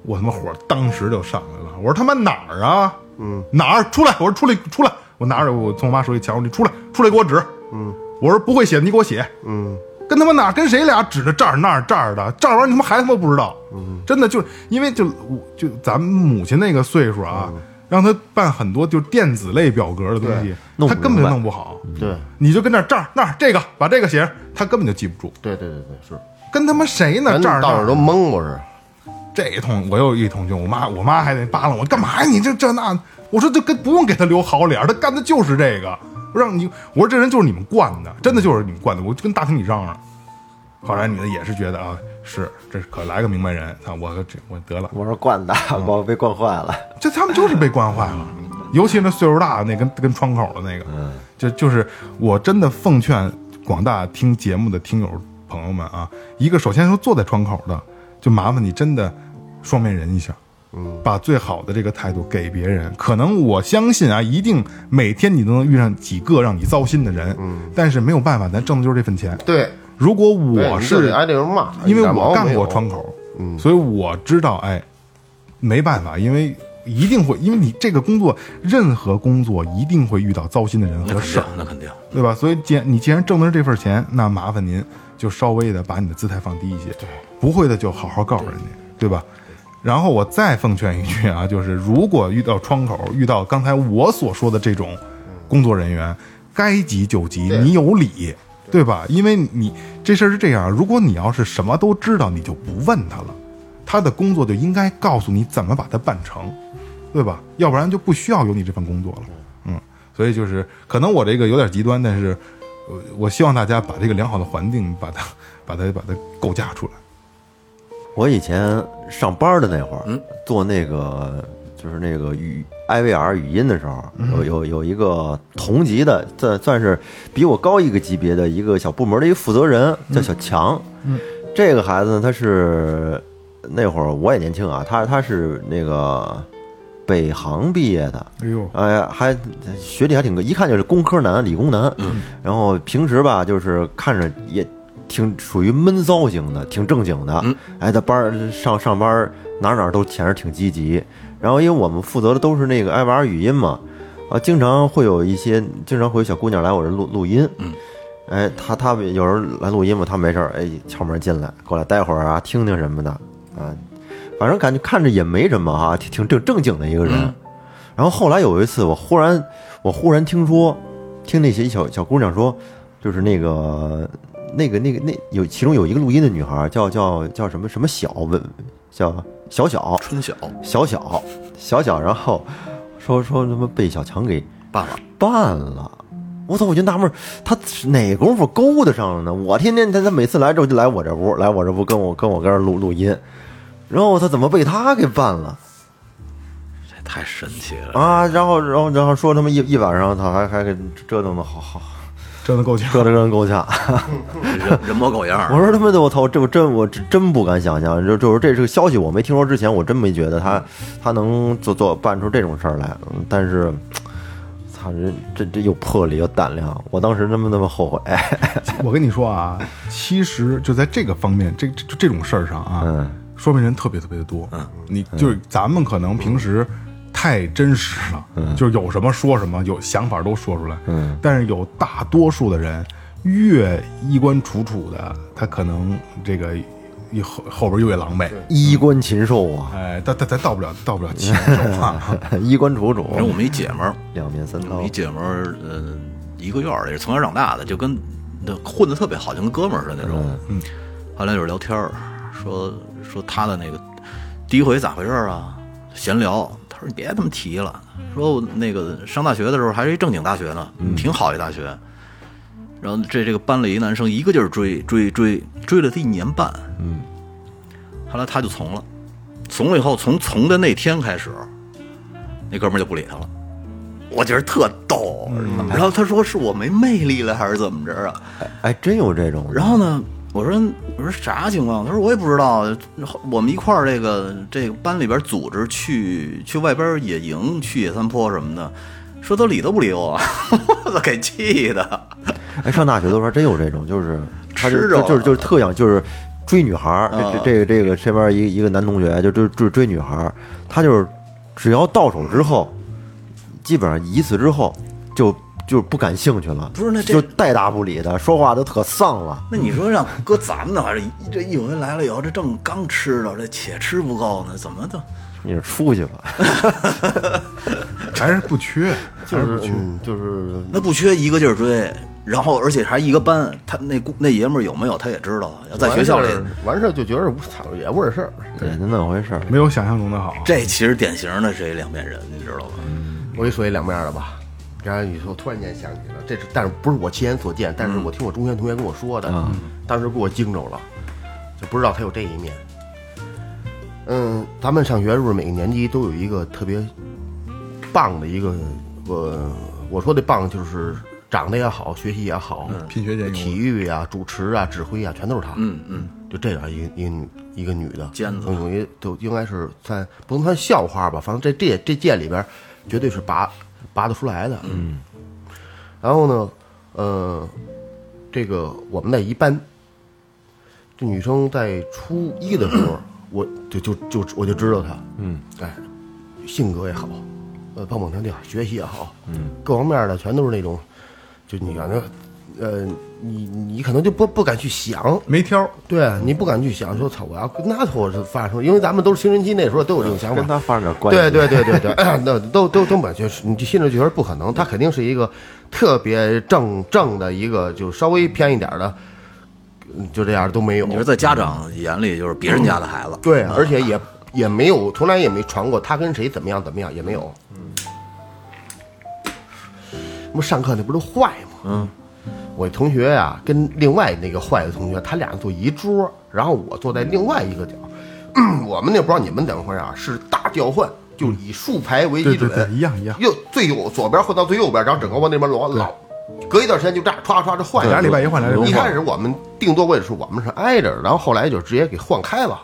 [SPEAKER 1] 我他妈火当时就上来了，我说他妈哪儿啊？嗯，哪儿出来？我说出来出来，我拿着我从我妈手里抢，我说你出来出来给我指。嗯，我说不会写你给我写。嗯，跟他妈哪儿跟谁俩指着这儿那儿这儿的，这儿玩意儿你他妈还他妈不知道。嗯，真的就是因为就我就咱们母亲那个岁数啊，让她办很多就是电子类表格的东西，
[SPEAKER 3] 弄不
[SPEAKER 1] 她根本
[SPEAKER 3] 明
[SPEAKER 1] 就
[SPEAKER 3] 白
[SPEAKER 1] 弄不好。
[SPEAKER 2] 对
[SPEAKER 1] 你就跟那儿这儿那儿这个把这个写上，她根本就记不住，
[SPEAKER 2] 对对对对，是。
[SPEAKER 1] 跟他妈谁呢？
[SPEAKER 2] 咱
[SPEAKER 1] 这儿那
[SPEAKER 2] 到
[SPEAKER 1] 儿
[SPEAKER 2] 哪
[SPEAKER 1] 的
[SPEAKER 2] 都懵，我是。
[SPEAKER 1] 这一通我又一通就我妈，我妈还得扒拉我干嘛呀？你这这那，我说这跟不用给他留好脸儿，他干的就是这个。我让你，我说这人就是你们惯的，真的就是你们惯的。我就跟大厅里嚷嚷。后来女的也是觉得啊，是这可来个明白人啊，我这我得了，
[SPEAKER 3] 我说惯的，我被惯坏了，
[SPEAKER 1] 这他们就是被惯坏了，
[SPEAKER 2] 嗯
[SPEAKER 1] 尤其那岁数大的那跟跟窗口的那个，就就是我真的奉劝广大听节目的听友朋友们啊，一个首先说坐在窗口的，就麻烦你真的双面人一下。
[SPEAKER 2] 嗯
[SPEAKER 1] 把最好的这个态度给别人，可能我相信啊，一定每天你都能遇上几个让你糟心的人，
[SPEAKER 2] 嗯
[SPEAKER 1] 但是没有办法，咱挣的就是这份钱。
[SPEAKER 2] 对，
[SPEAKER 1] 如果
[SPEAKER 2] 对
[SPEAKER 1] 我
[SPEAKER 2] 哎你就是得挨这人骂，
[SPEAKER 4] 啊
[SPEAKER 1] 因为
[SPEAKER 2] 一点毛
[SPEAKER 1] 我
[SPEAKER 2] 病
[SPEAKER 1] 干
[SPEAKER 2] 没有
[SPEAKER 1] 过窗口，
[SPEAKER 4] 嗯
[SPEAKER 1] 所以我知道，哎，没办法，因为一定会，因为你这个工作，任何工作一定会遇到糟心的人
[SPEAKER 4] 那
[SPEAKER 1] 和
[SPEAKER 4] 肯
[SPEAKER 1] 事
[SPEAKER 4] 定
[SPEAKER 1] 儿，，
[SPEAKER 4] 那肯定。
[SPEAKER 1] 对吧？所以，既然你既然挣的是这份钱，那麻烦您就稍微的把你的姿态放低一些，对，不会的就好好告诉人家，对吧？然后我再奉劝一句啊，就是如果遇到窗口，遇到刚才我所说的这种工作人员，该急就急，你有理，对吧？因为你这事儿是这样，如果你要是什么都知道，你就不问他了，他的工作就应该告诉你怎么把它办成。对吧？要不然就不需要有你这份工作了。嗯，所以就是可能我这个有点极端，但是我我希望大家把这个良好的环境把它把它把它构架出来。
[SPEAKER 3] 我以前上班的那会儿，
[SPEAKER 4] 嗯
[SPEAKER 3] 做那个就是那个语 IVR 语音的时候，有有有一个同级的，算算是比我高一个级别的一个小部门的一个负责人，叫小强。嗯，这个孩子呢，他是那会儿我也年轻啊，他他是那个北航毕业的，
[SPEAKER 1] 哎呦，
[SPEAKER 3] 哎呀，还学历还挺高，一看就是工科男、理工男。嗯，然后平时吧，就是看着也挺属于闷骚型的，挺正经的。哎，在班儿上上班儿哪儿哪儿都显着挺积极。然后因为我们负责的都是那个艾娃儿语音嘛，啊，经常会有一些，经常会有小姑娘来我这录录音。嗯。哎，她她有时候来录音嘛，她没事儿，哎，敲门进来，过来待会儿啊，听听什么的啊，反正感觉看着也没什么哈、挺挺正正经的一个人。然后后来有一次，我忽然我忽然听说，听那些小小姑娘说，就是那个那个那个那有其中有一个录音的女孩儿叫叫叫什么什么小文叫小小
[SPEAKER 4] 春晓
[SPEAKER 3] 小小小小，然后说说他妈被小强给
[SPEAKER 4] 办了，
[SPEAKER 3] 办了。我操！我就纳闷儿，他是哪功夫勾搭上了呢？我天天他他每次来之后就来我这屋，来我这屋跟我跟我跟这儿录录音，然后他怎么被他给办了？
[SPEAKER 4] 这太神奇了。
[SPEAKER 3] 啊，然后然后然后说他们一 一晚上，他还还给折腾的好好，
[SPEAKER 1] 真的够 呛。
[SPEAKER 3] 折腾人够呛。
[SPEAKER 4] 人人模狗样
[SPEAKER 3] 我
[SPEAKER 4] 儿，
[SPEAKER 3] 说他妈的，我操，我这我真我真真不敢想象，就就是这是个消息，我没听说之前，我真没觉得他他能做做办出这种事儿来。嗯但是，操，人这这有魄力，有胆量，我当时那么那么后悔。
[SPEAKER 1] 我跟你说啊，其实就在这个方面，这这就这种事儿上啊，
[SPEAKER 3] 嗯
[SPEAKER 1] 说明人特别特别的多。嗯，你就是咱们可能平时太真实了，就是有什么说什么，有想法都说出来。嗯，但是有大多数的人越衣冠楚楚的，他可能这个以后后边越狼狈。
[SPEAKER 3] 衣冠禽 兽啊，
[SPEAKER 1] 哎，但但咱到不了到不了禽兽 啊。
[SPEAKER 3] 衣冠楚楚
[SPEAKER 4] 因，为我们一姐们儿，
[SPEAKER 3] 两面三
[SPEAKER 4] 我
[SPEAKER 3] 刀
[SPEAKER 4] 哎们一。姐们儿，嗯，一个院儿的，也是从小长大的，就跟那混的特别好，就跟哥们儿似的那种。嗯，后来有人聊天儿，说说他的那个第一回咋回事儿啊？闲聊，他说你别他妈提了，说我那个上大学的时候还是一正经大学呢，挺好一大学。然后这这个班里一男生一个劲儿追追追追了他一年半，嗯，后来他就从了，从了以后，从从的那天开始，那哥们儿就不理他了。我觉得特逗，然后他说是我没魅力了还是怎么着啊？
[SPEAKER 3] 哎，真有这种的。
[SPEAKER 4] 然后呢，我说我说啥情况？他说我也不知道。我们一块儿这个这个班里边组织去去外边野营、去野三坡什么的，说都理都不理我， 我操，给气的。
[SPEAKER 3] 哎，上大学的时候还真有这种，就是他就
[SPEAKER 4] 吃
[SPEAKER 3] 就
[SPEAKER 4] 着啊
[SPEAKER 3] 就是就是特想就是追女孩儿，这这这个这个身边一个一个男同学就就就追女孩儿，他就是只要到手之后，基本上一次之后就就不感兴趣了，
[SPEAKER 4] 不是那这
[SPEAKER 3] 就带答不理的，说话都特丧了。
[SPEAKER 4] 那你说让搁咱们的话，这一这一回来了以后，这正刚吃着，这且吃不够呢，怎么的？
[SPEAKER 3] 你就出去吧，
[SPEAKER 1] 还是不缺，
[SPEAKER 2] 就是嗯，就是
[SPEAKER 4] 那不缺一个劲儿追，然后而且还一个班，他那姑那爷们儿有没有他也知道，要在学校里
[SPEAKER 2] 完事儿完事儿就觉得操也不是事儿，
[SPEAKER 3] 对，就那么回 事儿。
[SPEAKER 1] 没有想象中的好。
[SPEAKER 4] 这其实典型的是一两面人，你知道吧？
[SPEAKER 2] 我给你说一两面儿的吧。刚才你说，突然间想起了，这是但是不是我亲眼所见，但
[SPEAKER 4] 嗯
[SPEAKER 2] 是我听我中学同学跟我说的，当时给我惊着了，就不知道他有这一面。嗯，咱们上学的时候，每个年级都有一个特别棒的一个，呃，我说的棒就是长得也好，学习也好，
[SPEAKER 1] 品学兼优
[SPEAKER 2] 体育呀、主持啊、指挥啊，全都是他。
[SPEAKER 4] 嗯嗯，
[SPEAKER 2] 就这样一个一个女一个女的
[SPEAKER 4] 尖子
[SPEAKER 2] 等于就应该是算不能算校花吧，反正这这这届里边儿绝对是拔拔得出来的。嗯，然后呢，呃，这个我们在一班，这女生在初一的时 候，我就就就我就知道她，嗯，哎，性格也好，呃，蹦蹦跳跳，学习也好，嗯，各方面的全都是那种，就你感觉，呃，你你可能就不不敢去想，
[SPEAKER 1] 没挑，
[SPEAKER 2] 对你不敢去想说，操，我要跟那头是发生，因为咱们都是青春期那时候都有这种想
[SPEAKER 3] 跟
[SPEAKER 2] 法。
[SPEAKER 3] 他发生点关系，
[SPEAKER 2] 对对对对对， 那都都都满就是你心里就觉得不可能，他肯定是一个特别正正的一个，就稍微偏一点的，嗯就这样都没有嗯
[SPEAKER 4] 你。说在家长眼里就是别人家的孩子，
[SPEAKER 2] 对，而且也也没有，从来也没传过他跟谁怎么样怎么样，也没有。嗯，我们上课那不是坏吗？嗯，我同学呀、跟另外那个坏的同学，他俩坐一桌，然后我坐在另外一个角。嗯我们那不知道你们怎么回事啊，是大调换，就以竖排为
[SPEAKER 1] 对
[SPEAKER 2] 基
[SPEAKER 1] 对
[SPEAKER 2] 准，
[SPEAKER 1] 对一样一样
[SPEAKER 2] 右最右左边换到最右边，然后整个往那边挪，老隔一段时间就这样，歘歘就换。
[SPEAKER 1] 俩礼拜一换俩礼拜一
[SPEAKER 2] 一
[SPEAKER 1] 换
[SPEAKER 2] 开始我们定座位的时候，我们是挨着，然后后来就直接给换开了，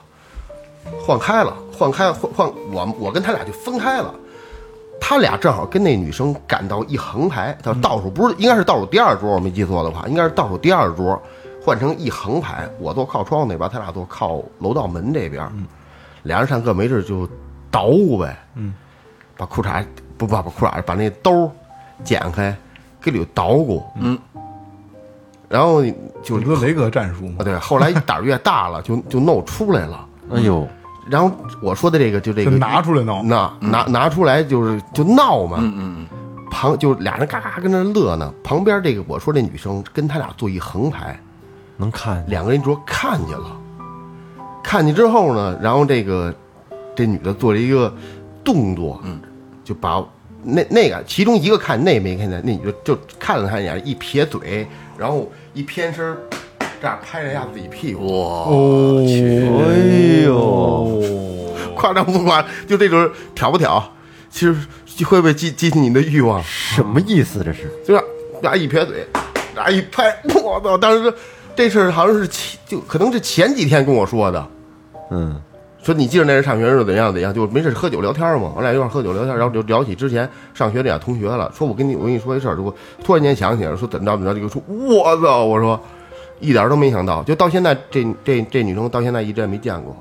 [SPEAKER 2] 换开了，换开换换，我们我跟他俩就分开了。他俩正好跟那女生赶到一横排，他倒数不是应该是倒数第二桌，我没记错的话，应该是倒数第二桌，换成一横排，我坐靠窗户那边，他俩坐靠楼道门这边，俩人上课没事儿就捣鼓呗，嗯，把裤衩不不把裤衩把那兜儿剪开，给里头捣鼓，嗯，然后就
[SPEAKER 1] 你说雷哥战术
[SPEAKER 2] 啊
[SPEAKER 1] 吗？
[SPEAKER 2] 对，后来胆儿越大了，就就弄出来了。
[SPEAKER 3] 哎呦，
[SPEAKER 2] 然后我说的这个就这
[SPEAKER 1] 就
[SPEAKER 2] 个
[SPEAKER 1] 拿出来弄，
[SPEAKER 2] 那拿拿出来就是就闹嘛，嗯嗯，旁就俩人嘎嘎跟那乐呢，旁边这个我说这女生跟他俩坐一横排，
[SPEAKER 3] 能看见
[SPEAKER 2] 两个人一桌看见了，看见之后呢，然后这个这女的做了一个动作，嗯，就把那那个其中一个看那没看见，那女的就看了他一眼，一撇嘴，然后一偏身儿，这样拍了一下自己屁
[SPEAKER 4] 哦
[SPEAKER 2] 股，
[SPEAKER 4] 我去，
[SPEAKER 3] 哎呦，
[SPEAKER 2] 夸张不夸张？就这种挑不挑？其实就会不会激激起你的欲望？
[SPEAKER 3] 什么意思这是？
[SPEAKER 2] 就是俩一撇嘴，俩一拍，我操！当时这事儿好像是前就可能是前几天跟我说的，
[SPEAKER 3] 嗯，
[SPEAKER 2] 说你记着那人上学时候怎样怎样，就没事喝酒聊天嘛，我俩一块儿喝酒聊天，然后就聊起之前上学那俩同学了，说我跟你我跟你说一事儿，我突然间想起来了，说怎么着怎么着，就说我操，我说一点儿都没想到，就到现在这这这女生到现在一直也没见过，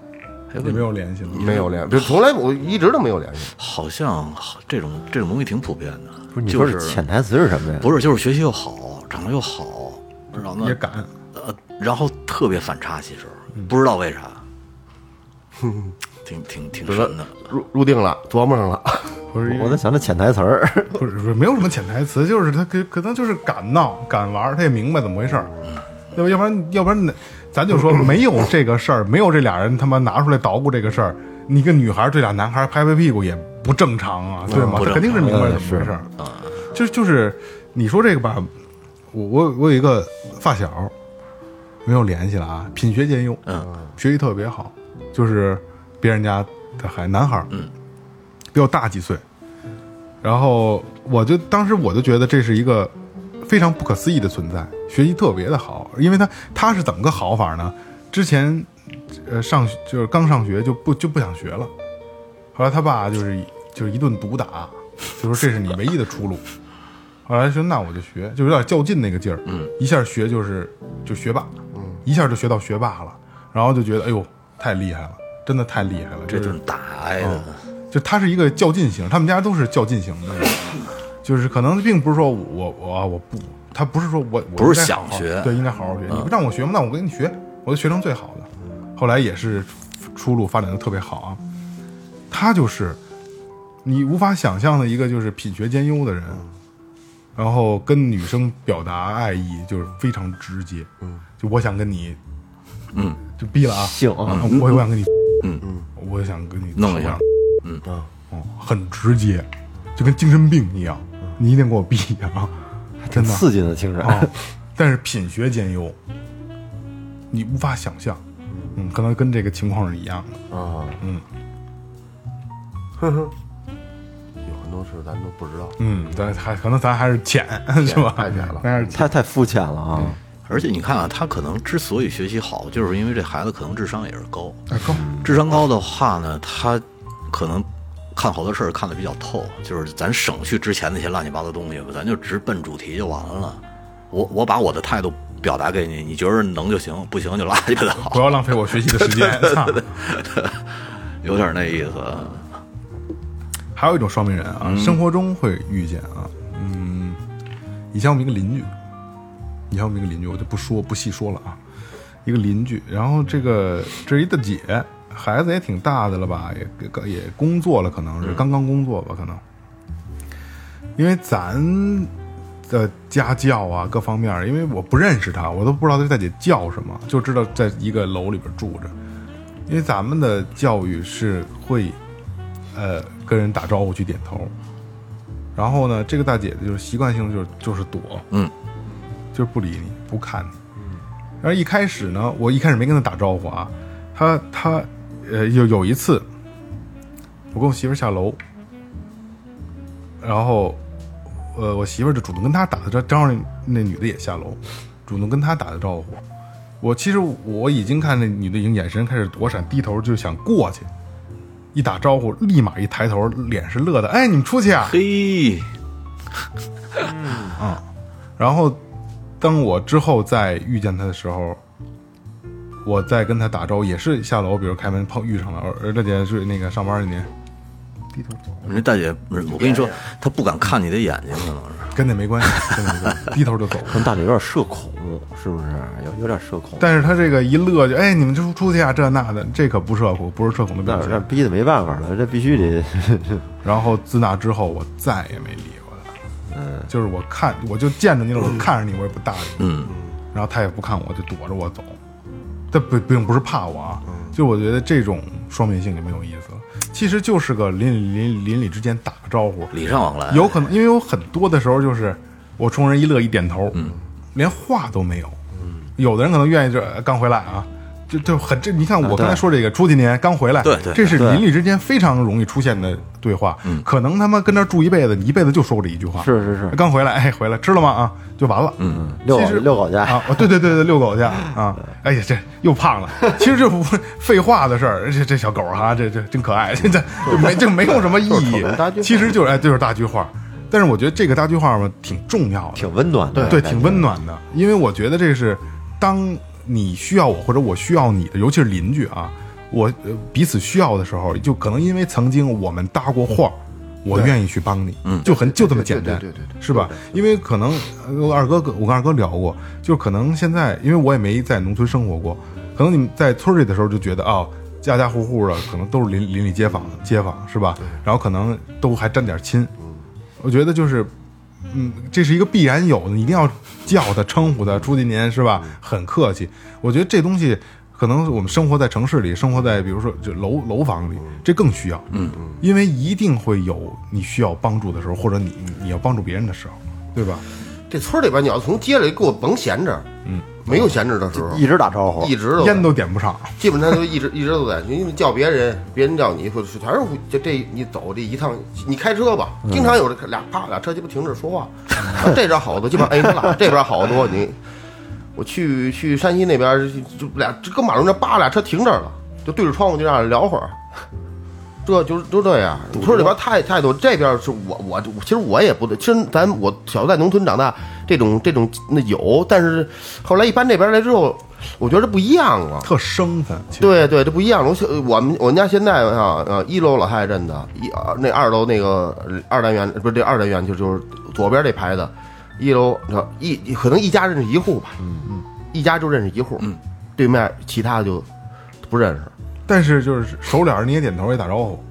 [SPEAKER 1] 也没有联系了。
[SPEAKER 2] 没有联，就从来我一直都没有联系，
[SPEAKER 4] 好像这种这种东西挺普遍的。
[SPEAKER 3] 不是你
[SPEAKER 4] 就
[SPEAKER 3] 说
[SPEAKER 4] 是
[SPEAKER 3] 这潜台词是什么呀？
[SPEAKER 4] 不是就是学习又好，长得又好，然后呢
[SPEAKER 1] 也敢，
[SPEAKER 4] 呃，然后特别反差，其实不知道为啥，挺挺挺神的。
[SPEAKER 2] 入入定了，琢磨上了，
[SPEAKER 1] 不是
[SPEAKER 3] 我在想这潜台词 儿，
[SPEAKER 1] 不是不是没有什么潜台词，就是他可可能就是敢闹敢玩儿，他也明白怎么回事儿，要不要不然要不然哪咱就说没有这个事儿，没有这俩人他妈拿出来捣鼓这个事儿，你跟女孩儿对俩男孩儿拍拍屁股也不正常啊，对吗？
[SPEAKER 4] 不
[SPEAKER 1] 他
[SPEAKER 4] 正
[SPEAKER 1] 肯定是啊明白
[SPEAKER 3] 常
[SPEAKER 1] 怎么回事儿，就就是你说这个吧，我我我有一个发小，没有联系了啊，品学兼优，嗯，学习特别好，就是别人家的孩男孩，嗯，比我大几岁，然后我就当时我就觉得这是一个非常不可思议的存在，学习特别的好，因为他他是怎么个好法呢？之前呃上学就是刚上学就不就不想学了，后来他爸就是就是一顿毒打，就说这是你唯一的出路。后来说那我就学，就有点较劲那个劲儿，嗯，一下学就是就学霸，嗯，一下就学到学霸了，然后就觉得哎呦太厉害了，真的太厉害了，
[SPEAKER 4] 这
[SPEAKER 1] 就是
[SPEAKER 4] 顿打挨的，
[SPEAKER 1] 就他是一个较劲型，他们家都是较劲型的，就是可能并不是说我我啊我不，他不是说我我
[SPEAKER 4] 不是
[SPEAKER 1] 应该
[SPEAKER 4] 想
[SPEAKER 1] 好好
[SPEAKER 4] 学嗯
[SPEAKER 1] 对，应该好好学，你不让我学吗？那我跟你学，我就学成最好的。后来也是出路发展的特别好啊，他就是你无法想象的一个就是品学兼优的人，
[SPEAKER 4] 嗯
[SPEAKER 1] 然后跟女生表达爱意就是非常直接，嗯，就我想跟你，嗯，就逼了啊，
[SPEAKER 3] 性啊
[SPEAKER 1] 啊我我想跟你，
[SPEAKER 4] 嗯
[SPEAKER 1] 嗯，我想跟你
[SPEAKER 4] 弄一下
[SPEAKER 1] 讨论哦，很直接，就跟精神病一样，你一定给我毙啊！真的
[SPEAKER 3] 刺激的听着。
[SPEAKER 1] 啊，但是品学兼优，你无法想象，嗯，可能跟这个情况是一样的。
[SPEAKER 2] 啊，
[SPEAKER 1] 嗯，
[SPEAKER 2] 有很多事咱都不知道。
[SPEAKER 1] 嗯，咱还可能咱还是浅是吧？
[SPEAKER 2] 太浅了
[SPEAKER 1] 但是
[SPEAKER 3] 太太肤浅了啊！
[SPEAKER 1] 嗯
[SPEAKER 4] 而且你看啊，他可能之所以学习好，就是因为这孩子可能智商也是高。
[SPEAKER 1] 哎高
[SPEAKER 4] 智商高的话呢，他可能看好多事儿看得比较透，就是咱省去之前那些乱七八糟东西吧，咱就直奔主题就完了。我我把我的态度表达给你，你觉得能就行，不行就拉鸡巴倒
[SPEAKER 1] 不，要浪费我学习的时间。操
[SPEAKER 4] 有点那意思。
[SPEAKER 1] 还有一种双面人啊，生活中会遇见啊，嗯，以前我们一个邻居，以前我们一个邻居，我就不说不细说了啊，一个邻居，然后这个这是一大姐，孩子也挺大的了吧，也也工作了，可能是刚刚工作吧，可能，因为咱的家教啊各方面儿，因为我不认识她，我都不知道这大姐叫什么，就知道在一个楼里边住着。因为咱们的教育是会，呃，跟人打招呼去点头，然后呢，这个大姐就是习惯性就是就是躲，
[SPEAKER 4] 嗯，
[SPEAKER 1] 就是不理你，不看你。然后一开始呢，我一开始没跟她打招呼啊，她她呃有有一次，我跟我媳妇儿下楼，然后呃我媳妇儿就主动跟她打的招招呼，那那女的也下楼，主动跟她打的招呼。我其实我已经看那女的已经眼神开始躲闪，低头就想过去，一打招呼立马一抬头，脸是乐的，哎，你们出去啊！
[SPEAKER 4] 嘿，
[SPEAKER 1] 然后，当我之后再遇见他的时候，我再跟他打招呼，也是下楼，比如开门碰遇上了，而而大姐是那个上班那年，低头
[SPEAKER 4] 那大姐，我跟你说，她不敢看你的眼睛，可能是。
[SPEAKER 1] 跟那没关系，跟那没关系， 低头就走。
[SPEAKER 3] 可能大姐有点社恐，是不是？有有点社恐，
[SPEAKER 1] 但是他这个一乐就哎，你们出出去啊，这那的，这可不社恐，不是社恐的表
[SPEAKER 3] 那那
[SPEAKER 1] 现。
[SPEAKER 3] 逼的没办法了，这必须得。
[SPEAKER 1] 嗯然后自那之后，我再也没理过他。嗯，就是我看，我就见着你了，我看着你，我也不搭理你。
[SPEAKER 4] 嗯，
[SPEAKER 1] 然后他也不看我，就躲着我走。但不并不是怕我啊，就我觉得这种双面性就没有意思了。其实就是个邻里邻邻里之间打个招呼，
[SPEAKER 4] 礼尚往来。
[SPEAKER 1] 有可能因为有很多的时候就是我冲人一乐一点头，连话都没有。有的人可能愿意这刚回来啊，就就很这你看我刚才说这个出去年刚回来，
[SPEAKER 4] 对对
[SPEAKER 1] 这是邻里之间非常容易出现的对话。可能他妈跟这儿住一辈子，你一辈子就说过这一句话。
[SPEAKER 3] 是是是，
[SPEAKER 1] 刚回来，哎，回来吃了吗？啊，就完了。嗯。
[SPEAKER 3] 遛
[SPEAKER 1] 其
[SPEAKER 3] 狗
[SPEAKER 1] 实
[SPEAKER 3] 遛狗去，
[SPEAKER 1] 啊！哦，对对对对，遛狗去啊！哎呀，这又胖了。其实这不是废话的事儿，这这小狗哈、这这真可爱，这这这没这没有什么意义
[SPEAKER 2] 就是大句。话
[SPEAKER 1] 其实就是哎，就是大句话。但是我觉得这个大句话嘛，挺重要的，
[SPEAKER 3] 挺温暖的，
[SPEAKER 1] 对，挺温暖的。因为我觉得这是当你需要我或者我需要你的，尤其是邻居啊，我呃彼此需要的时候，就可能因为曾经我们搭过话儿，我愿意去帮你，嗯，就很就这么简单，
[SPEAKER 2] 对对对对
[SPEAKER 1] 是吧？因为可能呃我二哥跟我跟二哥聊过，就是可能现在因为我也没在农村生活过，可能你们在村里的时候就觉得哦。家家户户的可能都是邻邻里街坊街坊是吧？然后可能都还沾点亲，
[SPEAKER 2] 嗯
[SPEAKER 1] 我觉得就是，嗯，这是一个必然有的，你一定要叫他、称呼他，朱金年是吧？很客气。我觉得这东西可能我们生活在城市里，生活在比如说这楼楼房里，这更需要，嗯，因为一定会有你需要帮助的时候，或者你你你要帮助别人的时候，对吧？
[SPEAKER 2] 这村里边你要从街里给我甭闲着，嗯，没有闲着的时候，
[SPEAKER 3] 一直打招呼
[SPEAKER 2] 一，直都在
[SPEAKER 1] 烟都点不上，
[SPEAKER 2] 基本上就一直一直都在，因为叫别人，别人叫你，或者是全是互这这你走这一趟，你开车吧，经常有这俩啪俩车鸡巴停这说话，啊这边好多，基本上哎你俩这边好多你，我去去山西那边就就俩就跟马路那叭俩车停这儿了，就对着窗户就让人聊会儿。这就是就这样，村里边太太多。这边是我我其实我也不对，其实咱我小时候在农村长大，这种这种那有，但是后来一搬这边来之后，我觉得不一样了。
[SPEAKER 1] 特生分。其实，
[SPEAKER 2] 对对，这不一样。我呃我们我们家现在啊，呃，一楼老太太镇的，一啊那二楼那个呃二单元不是这二单元就就是左边这排的，一楼呃一可能一家认识一户吧，嗯嗯，一家就认识一户，嗯，对面其他的就不认识，
[SPEAKER 1] 但是就是熟脸儿你也点头也打招呼，